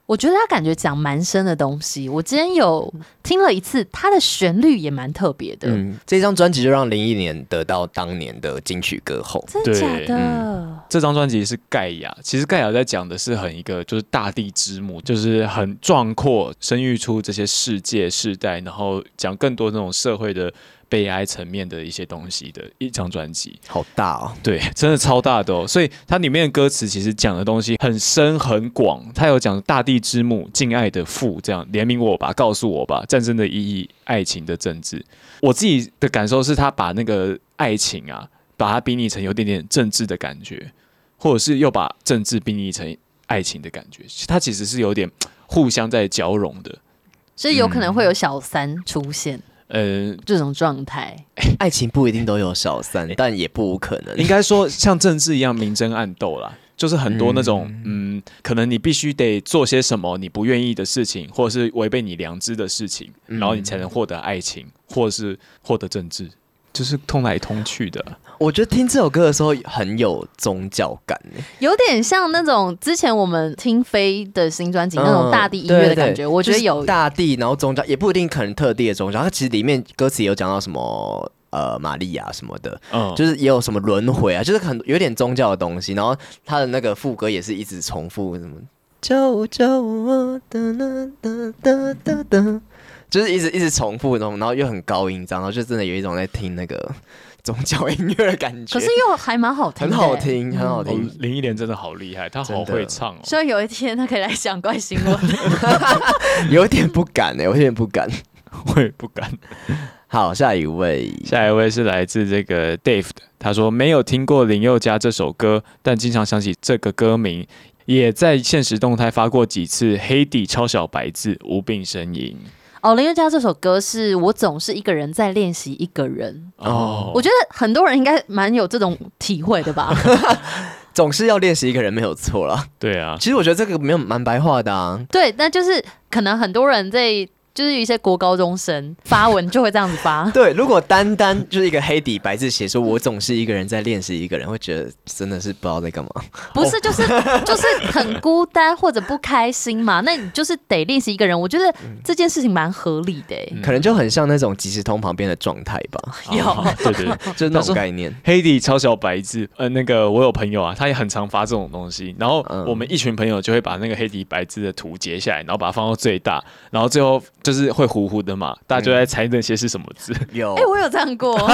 Speaker 1: 我觉得他感觉讲蛮深的东西。我今天有听了一次，它的旋律也蛮特别”。的，
Speaker 4: 嗯，这张专辑就让零一年得到当年的金曲歌后。
Speaker 1: 真的假
Speaker 2: 对嗯
Speaker 1: 的？
Speaker 2: 这张专辑是盖亚，其实盖亚在讲的是很一个就是大地之母，就是很壮阔，生育出这些世界世代，然后讲更多那种社会的悲哀层面的一些东西的一张专辑。
Speaker 4: 好大哦！
Speaker 2: 对，真的超大的哦。所以它里面的歌词其实讲的东西很深很广，它有讲大地之母、敬爱的父，这样怜悯我吧，告诉我吧，战争的意义、爱情的政治。我自己的感受是，他把那个爱情啊，把它比拟成有点点政治的感觉，或者是又把政治比拟成爱情的感觉，它其实是有点互相在交融的。
Speaker 1: 所以有可能会有
Speaker 4: 嗯
Speaker 1: 小三出现、
Speaker 2: 呃，
Speaker 1: 这种状态。
Speaker 4: 爱情不一定都有小三，但也不无可
Speaker 2: (laughs)
Speaker 4: 能。
Speaker 2: 应该说像政治一样明争暗斗 (laughs) 啦，就是很多那种嗯可能你必须得做些什么你不愿意的事情，或者是违背你良知的事情，然后你才能获得爱情，或者是获得政治，就是通来通去的。
Speaker 4: 我觉得听这首歌的时候很有宗教感耶，
Speaker 1: 有点像那种之前我们听飞的新专辑那种
Speaker 4: 嗯
Speaker 1: 大地音乐的
Speaker 4: 对对
Speaker 1: 感觉，我觉得
Speaker 4: 就
Speaker 1: 有
Speaker 4: 是大地，然后宗教也不一定可能特地的宗教，它其实里面歌词也有讲到什么呃玛利亚什么的，
Speaker 2: 嗯，
Speaker 1: 哦
Speaker 4: 就是也有什么轮回啊，就是很有点宗教的东西。然后他的那个副歌也是一直重复什么“救救我”的哒哒哒哒哒，就是一直一直重复那种，然后又很高音张，然后就真的有一种在听那个宗教音乐的感觉，
Speaker 1: 可是又还蛮好听
Speaker 4: 很
Speaker 1: 的、欸嗯
Speaker 4: 好。听，很好
Speaker 2: 哦
Speaker 4: 听。
Speaker 2: 林忆莲真的好厉害，她好
Speaker 4: 真的
Speaker 2: 会唱哦。
Speaker 1: 所以有一天他可以来讲怪新
Speaker 4: (laughs)
Speaker 1: 闻。 (laughs)
Speaker 4: 有点不敢哎、我有点不敢。
Speaker 2: (laughs) 我也不敢。
Speaker 4: 好，下一位，
Speaker 2: 下一位是来自这个 Dave 的，他说没有听过林宥嘉这首歌，但经常想起这个歌名，也在现实动态发过几次黑底超小白字无病呻吟。
Speaker 1: 哦，林宥嘉这首歌是我总是一个人在练习一个人，
Speaker 2: 哦，
Speaker 1: 我觉得很多人应该蛮有这种体会的
Speaker 4: (laughs)
Speaker 1: 吧。
Speaker 4: 总是要练习一个人没有错啦。
Speaker 2: 对
Speaker 4: (laughs)
Speaker 2: 啊，
Speaker 4: 其实我觉得这个没有蛮白话的啊，。
Speaker 1: 对，那就是可能很多人在就是一些国高中生发文就会这样子发
Speaker 4: 对，如果单单就是一个黑底白字写说“我总是一个人在练习一个人”，会觉得真的是不知道在干嘛。
Speaker 1: 不是，
Speaker 4: (laughs)
Speaker 1: 就是就是很孤单或者不开心嘛，那你就是得练习一个人。我觉得
Speaker 4: 嗯
Speaker 1: 这件事情蛮合理的、
Speaker 2: 嗯
Speaker 1: 欸。
Speaker 4: 可能就很像那种即时通旁边的状态吧，
Speaker 1: (laughs)
Speaker 2: 哦 (laughs) 对对对。
Speaker 4: (laughs) 就是那种
Speaker 2: (laughs)
Speaker 4: 概念。
Speaker 2: 黑底超小白字，呃，那个我有朋友啊，他也很常发这种东西。然后
Speaker 4: 嗯
Speaker 2: 我们一群朋友就会把那个黑底白字的图截下来，然后把它放到最大，然后最后就是会糊糊的嘛，大家就在猜那些是什么字。
Speaker 4: 有
Speaker 1: 哎、，我有这样过，
Speaker 4: (laughs)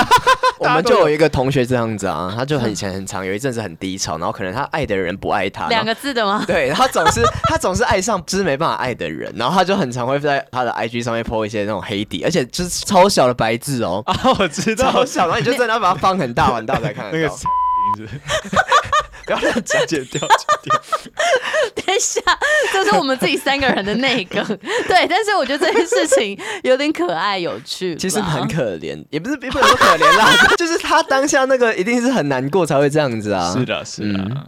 Speaker 4: 我们就有一个同学这样子啊，他就很以前很长，有一阵子很低潮，然后可能他爱的人不爱他，
Speaker 1: (laughs) 两个字的
Speaker 4: (laughs)
Speaker 1: 吗？
Speaker 4: 对他总是他总是爱上就是没办法爱的人，然后他就很常会在他的 IG 上面 po 一些那种黑底，而且就是超小的白
Speaker 2: (laughs)
Speaker 4: 字哦，
Speaker 2: 啊，我知
Speaker 4: 超
Speaker 2: 道，
Speaker 4: 小，然后你就真的要把它放
Speaker 2: (laughs)
Speaker 4: 很大很大才看
Speaker 2: 那
Speaker 4: 得
Speaker 2: 个
Speaker 4: 到。
Speaker 2: 名字， (laughs) 不要乱讲，剪掉，剪掉。
Speaker 1: 等一下，这是我们自己三个人的内
Speaker 4: (laughs)
Speaker 1: 梗。对，但是我觉得这件事情有点可爱有趣吧，
Speaker 4: 其实很可怜，也不是也不能说可怜
Speaker 2: 啊
Speaker 4: 啦， (laughs) 就是他当下那个一定是很难过才会这样子啊。
Speaker 2: 是，的，是的，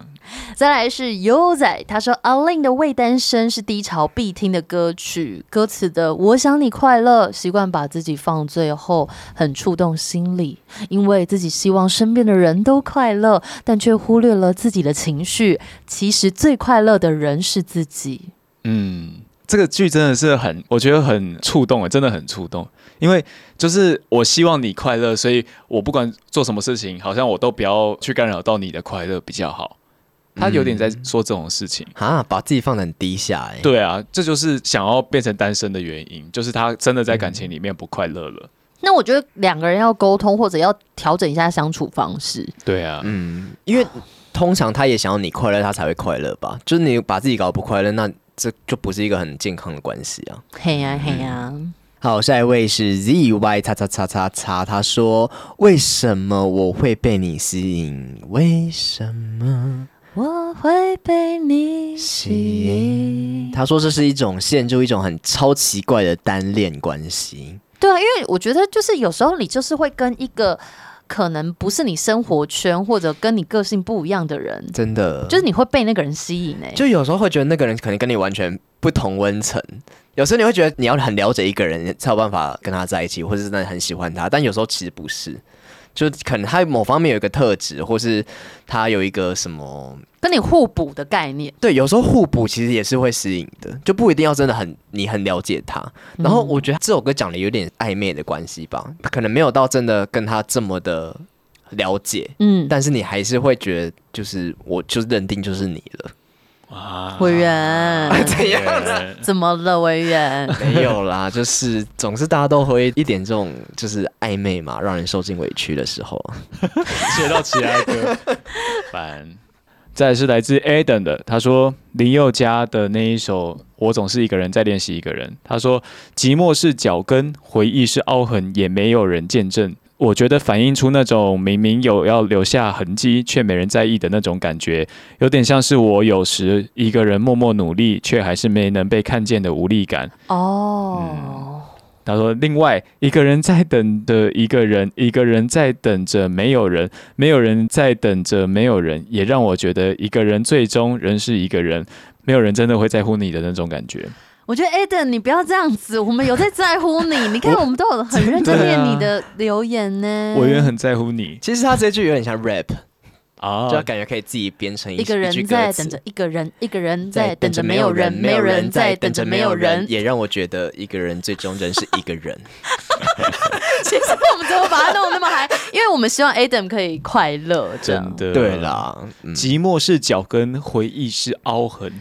Speaker 1: 再来是悠仔，他说阿令的《未单身》是低潮必听的歌曲，歌词的“我想你快乐”习惯把自己放最后，很触动心里，因为自己希望身边的人都快乐，但却忽略了自己的情绪。其实最快乐的人是自己。
Speaker 2: 嗯，这个剧真的是很，我觉得很触动，真的很触动。因为就是我希望你快乐，所以我不管做什么事情，好像我都不要去干扰到你的快乐比较好。他有点在说这种事情。
Speaker 4: 啊，把自己放得很低下哎、
Speaker 2: 对啊，这就是想要变成单身的原因，就是他真的在感情里面不快乐了。
Speaker 1: 那我觉得两个人要沟通，或者要调整一下相处方式。
Speaker 2: 对啊，
Speaker 4: 嗯，因为通常他也想要你快乐，他才会快乐吧？就是你把自己搞不快乐，那这就不是一个很健康的关系啊。
Speaker 1: 嘿呀、嘿呀、
Speaker 4: 好，下一位是 Z Y 叉叉叉叉叉，他说：“为什么我会被你吸引？为什么
Speaker 1: 我会被你吸
Speaker 4: 吸
Speaker 1: 引
Speaker 4: 引？”。他说这是一种陷入一种很超奇怪的单恋关系。
Speaker 1: 对啊，因为我觉得就是有时候你就是会跟一个可能不是你生活圈或者跟你个性不一样的人，
Speaker 4: 真的，
Speaker 1: 就是你会被那个人吸引哎、
Speaker 4: 就有时候会觉得那个人可能跟你完全不同温层，有时候你会觉得你要很了解一个人才有办法跟他在一起，或者是真的很喜欢他，但有时候其实不是，就可能他某方面有一个特质，或是他有一个什么，
Speaker 1: 跟你互补的概念。
Speaker 4: 对，有时候互补其实也是会吸引的，就不一定要真的很你很了解他。然后我觉得这首歌讲的有点暧昧的关系吧，可能没有到真的跟他这么的了解，
Speaker 1: 嗯，
Speaker 4: 但是你还是会觉得就是我就认定就是你了，
Speaker 2: 啊，
Speaker 1: 委员
Speaker 4: 怎样？
Speaker 2: 对
Speaker 1: 怎么了，委员？
Speaker 2: (laughs)
Speaker 4: 没有啦，就是总是大家都会一点这种就是暧昧嘛，让人受尽委屈的时候。
Speaker 2: 学到其他歌。烦。再来是来自 Adam 的，他说林宥嘉的那一首《我总是一个人在练习一个人》，他说寂寞是脚跟，回忆是凹痕，也没有人见证。我觉得反映出那种明明有要留下痕迹，却没人在意的那种感觉，有点像是我有时一个人默默努力，却还是没能被看见的无力感。
Speaker 1: (laughs) 哦，
Speaker 2: 他说：“另外一个人在等着一个人，一个人在等着没有人，没有人在等着没有人，也让我觉得一个人最终仍是一个人，没有人真的会在乎你的那种感觉。
Speaker 1: 我觉得 Eden 你不要这样子，我们有在在乎你。你看，我们都有很认真
Speaker 2: 真的
Speaker 1: 念
Speaker 2: 啊
Speaker 1: 你的留言呢。
Speaker 2: 我也很在乎你
Speaker 4: 其实他这句有点像 rap，
Speaker 2: 啊
Speaker 4: 就他感觉可以自己编成
Speaker 1: 一个人
Speaker 4: 句歌
Speaker 1: 在
Speaker 4: 词
Speaker 1: 等着一个人，一个人
Speaker 4: 在
Speaker 1: 在等
Speaker 4: 等
Speaker 1: 着
Speaker 4: 着
Speaker 1: 没
Speaker 4: 没
Speaker 1: 有
Speaker 4: 有
Speaker 1: 人，
Speaker 4: 人，
Speaker 1: 没
Speaker 4: 没
Speaker 1: 有
Speaker 4: 有
Speaker 1: 人
Speaker 4: 人
Speaker 1: 在
Speaker 4: 在
Speaker 1: 等
Speaker 4: 等
Speaker 1: 着
Speaker 4: 着
Speaker 1: 没
Speaker 4: 没
Speaker 1: 有
Speaker 4: 有人
Speaker 1: 人，。
Speaker 4: 也让我觉得一个人最终仍是一
Speaker 2: (laughs)
Speaker 4: 个人。
Speaker 1: 其实我们怎么把它弄得那么嗨？因为我们希望 Adam 可以快乐，这样
Speaker 2: 真的
Speaker 4: 对。
Speaker 2: 啊
Speaker 4: 啦，嗯，
Speaker 2: 寂寞是脚跟，回忆是凹痕。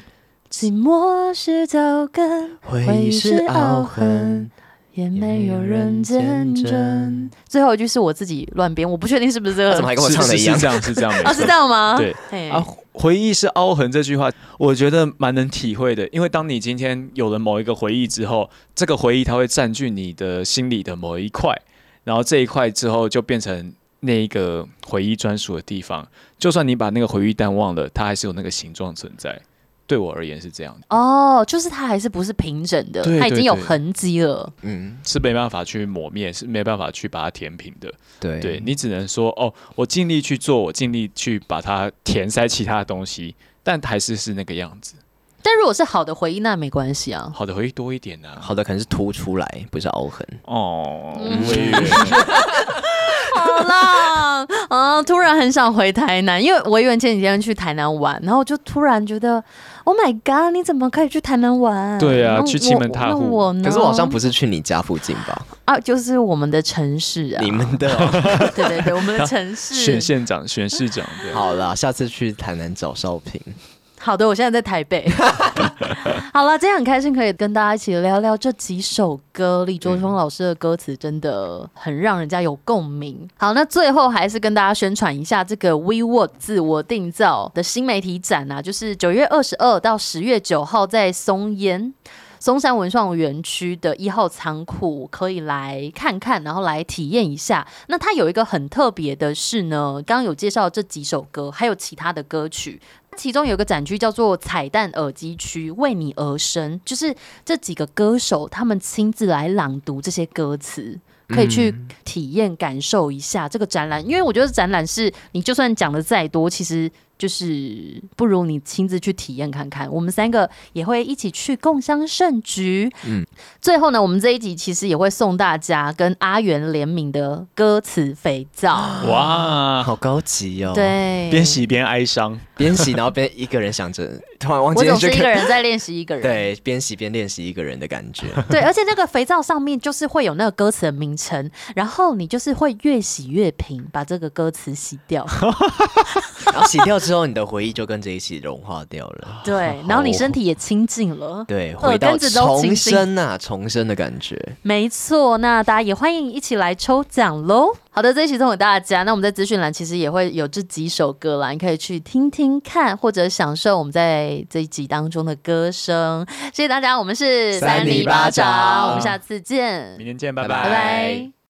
Speaker 1: 寂寞是脚跟，
Speaker 4: 回忆是凹痕，
Speaker 1: 也没有人见证。最后一句是我自己乱编，我不确定是不是这个。
Speaker 4: 他怎么还跟我唱的一样
Speaker 2: 是是是这？样，是这样，没错
Speaker 1: 啊，是这样吗？
Speaker 2: 对
Speaker 1: 嘿
Speaker 2: 啊，回忆是凹痕这句话，我觉得蛮能体会的，因为当你今天有了某一个回忆之后，这个回忆它会占据你的心里的某一块，然后这一块之后就变成那一个回忆专属的地方。就算你把那个回忆淡忘了，它还是有那个形状存在。对我而言是这样的，
Speaker 1: 哦，就是它还是不是平整的，
Speaker 2: 对
Speaker 1: 它已经有
Speaker 2: 对对
Speaker 1: 痕迹了。
Speaker 4: 嗯，
Speaker 2: 是没办法去抹灭，是没办法去把它填平的。
Speaker 4: 对
Speaker 2: 对你只能说哦，我尽力去做，我尽力去把它填塞其他东西，但还是是那个样子。
Speaker 1: 但如果是好的回忆，那没关系
Speaker 2: (laughs)
Speaker 1: 啊。
Speaker 2: 好的回忆多一点啊呢、
Speaker 4: 好的，可能是凸出来，不是凹痕。
Speaker 2: 哦，
Speaker 1: 嗯
Speaker 2: 微月，
Speaker 1: 好啦，啊，突然很想回台南，因为我以为前几天去台南玩，然后我就突然觉得，Oh my god，你怎么可以去台南玩？
Speaker 2: 对啊
Speaker 1: 那
Speaker 2: 去欺门踏户
Speaker 1: 我那我呢？
Speaker 4: 可是我好像不是去你家附近
Speaker 1: (laughs)
Speaker 4: 吧？
Speaker 1: 啊，就是我们的城市啊
Speaker 4: 你，们的哦
Speaker 1: 对对对，我们的城市
Speaker 2: 选县长、选市长的，
Speaker 4: 好啦，下次去台南找少平。
Speaker 1: 好的，我现在在台北。 (laughs) 好了，今天很开心可以跟大家一起聊聊这几首歌，李卓雄老师的歌词真的很让人家有共鸣。好，那最后还是跟大家宣传一下这个 WeWork 自我定造的新媒体展啊，就是九月二十二到十月九号在松烟。松山文创园区的一号仓库可以来看看，然后来体验一下。那它有一个很特别的是呢，刚刚有介绍这几首歌，还有其他的歌曲。其中有个展区叫做“彩蛋耳机区”，为你而生，就是这几个歌手他们亲自来朗读这些歌词，可以去
Speaker 4: 嗯
Speaker 1: 体验感受一下这个展览。因为我觉得展览是你就算讲的再多，其实就是不如你亲自去体验看看。我们三个也会一起去共襄盛举。
Speaker 4: 嗯
Speaker 1: 最后呢，我们这一集其实也会送大家跟阿元联名的歌词肥皂，
Speaker 2: 哇，
Speaker 4: 好高级哦。，
Speaker 1: 对，
Speaker 2: 边洗边哀伤，
Speaker 4: 边洗然后边一个人想着，突然忘
Speaker 1: 我
Speaker 4: 记
Speaker 1: 总
Speaker 4: 去
Speaker 1: 是一个
Speaker 4: 看。
Speaker 1: 人在练习一个人，
Speaker 4: 对，边洗边练习一个人的感觉。 (laughs)
Speaker 1: 对，而且那个肥皂上面就是会有那个歌词的名称，然后你就是会越洗越平，把这个歌词洗
Speaker 4: (laughs)
Speaker 1: 掉。
Speaker 4: 然后洗掉之后，你的回忆就跟着一起融化掉了。
Speaker 1: (laughs) 对，然后你身体也清净了。
Speaker 4: 对，
Speaker 1: 耳
Speaker 4: 回到
Speaker 1: 根子都清新
Speaker 4: 重生啊，重生的感觉。
Speaker 1: 没错，那大家也欢迎一起来抽奖喽。好的，这一期送给大家。那我们在资讯栏其实也会有这几首歌啦，你可以去听听看，或者享受我们在这一集当中的歌声。谢谢大家，我们是
Speaker 4: 三里巴掌
Speaker 1: 我们下次见，
Speaker 2: 明天见，拜
Speaker 4: 拜
Speaker 2: 拜
Speaker 1: 拜拜。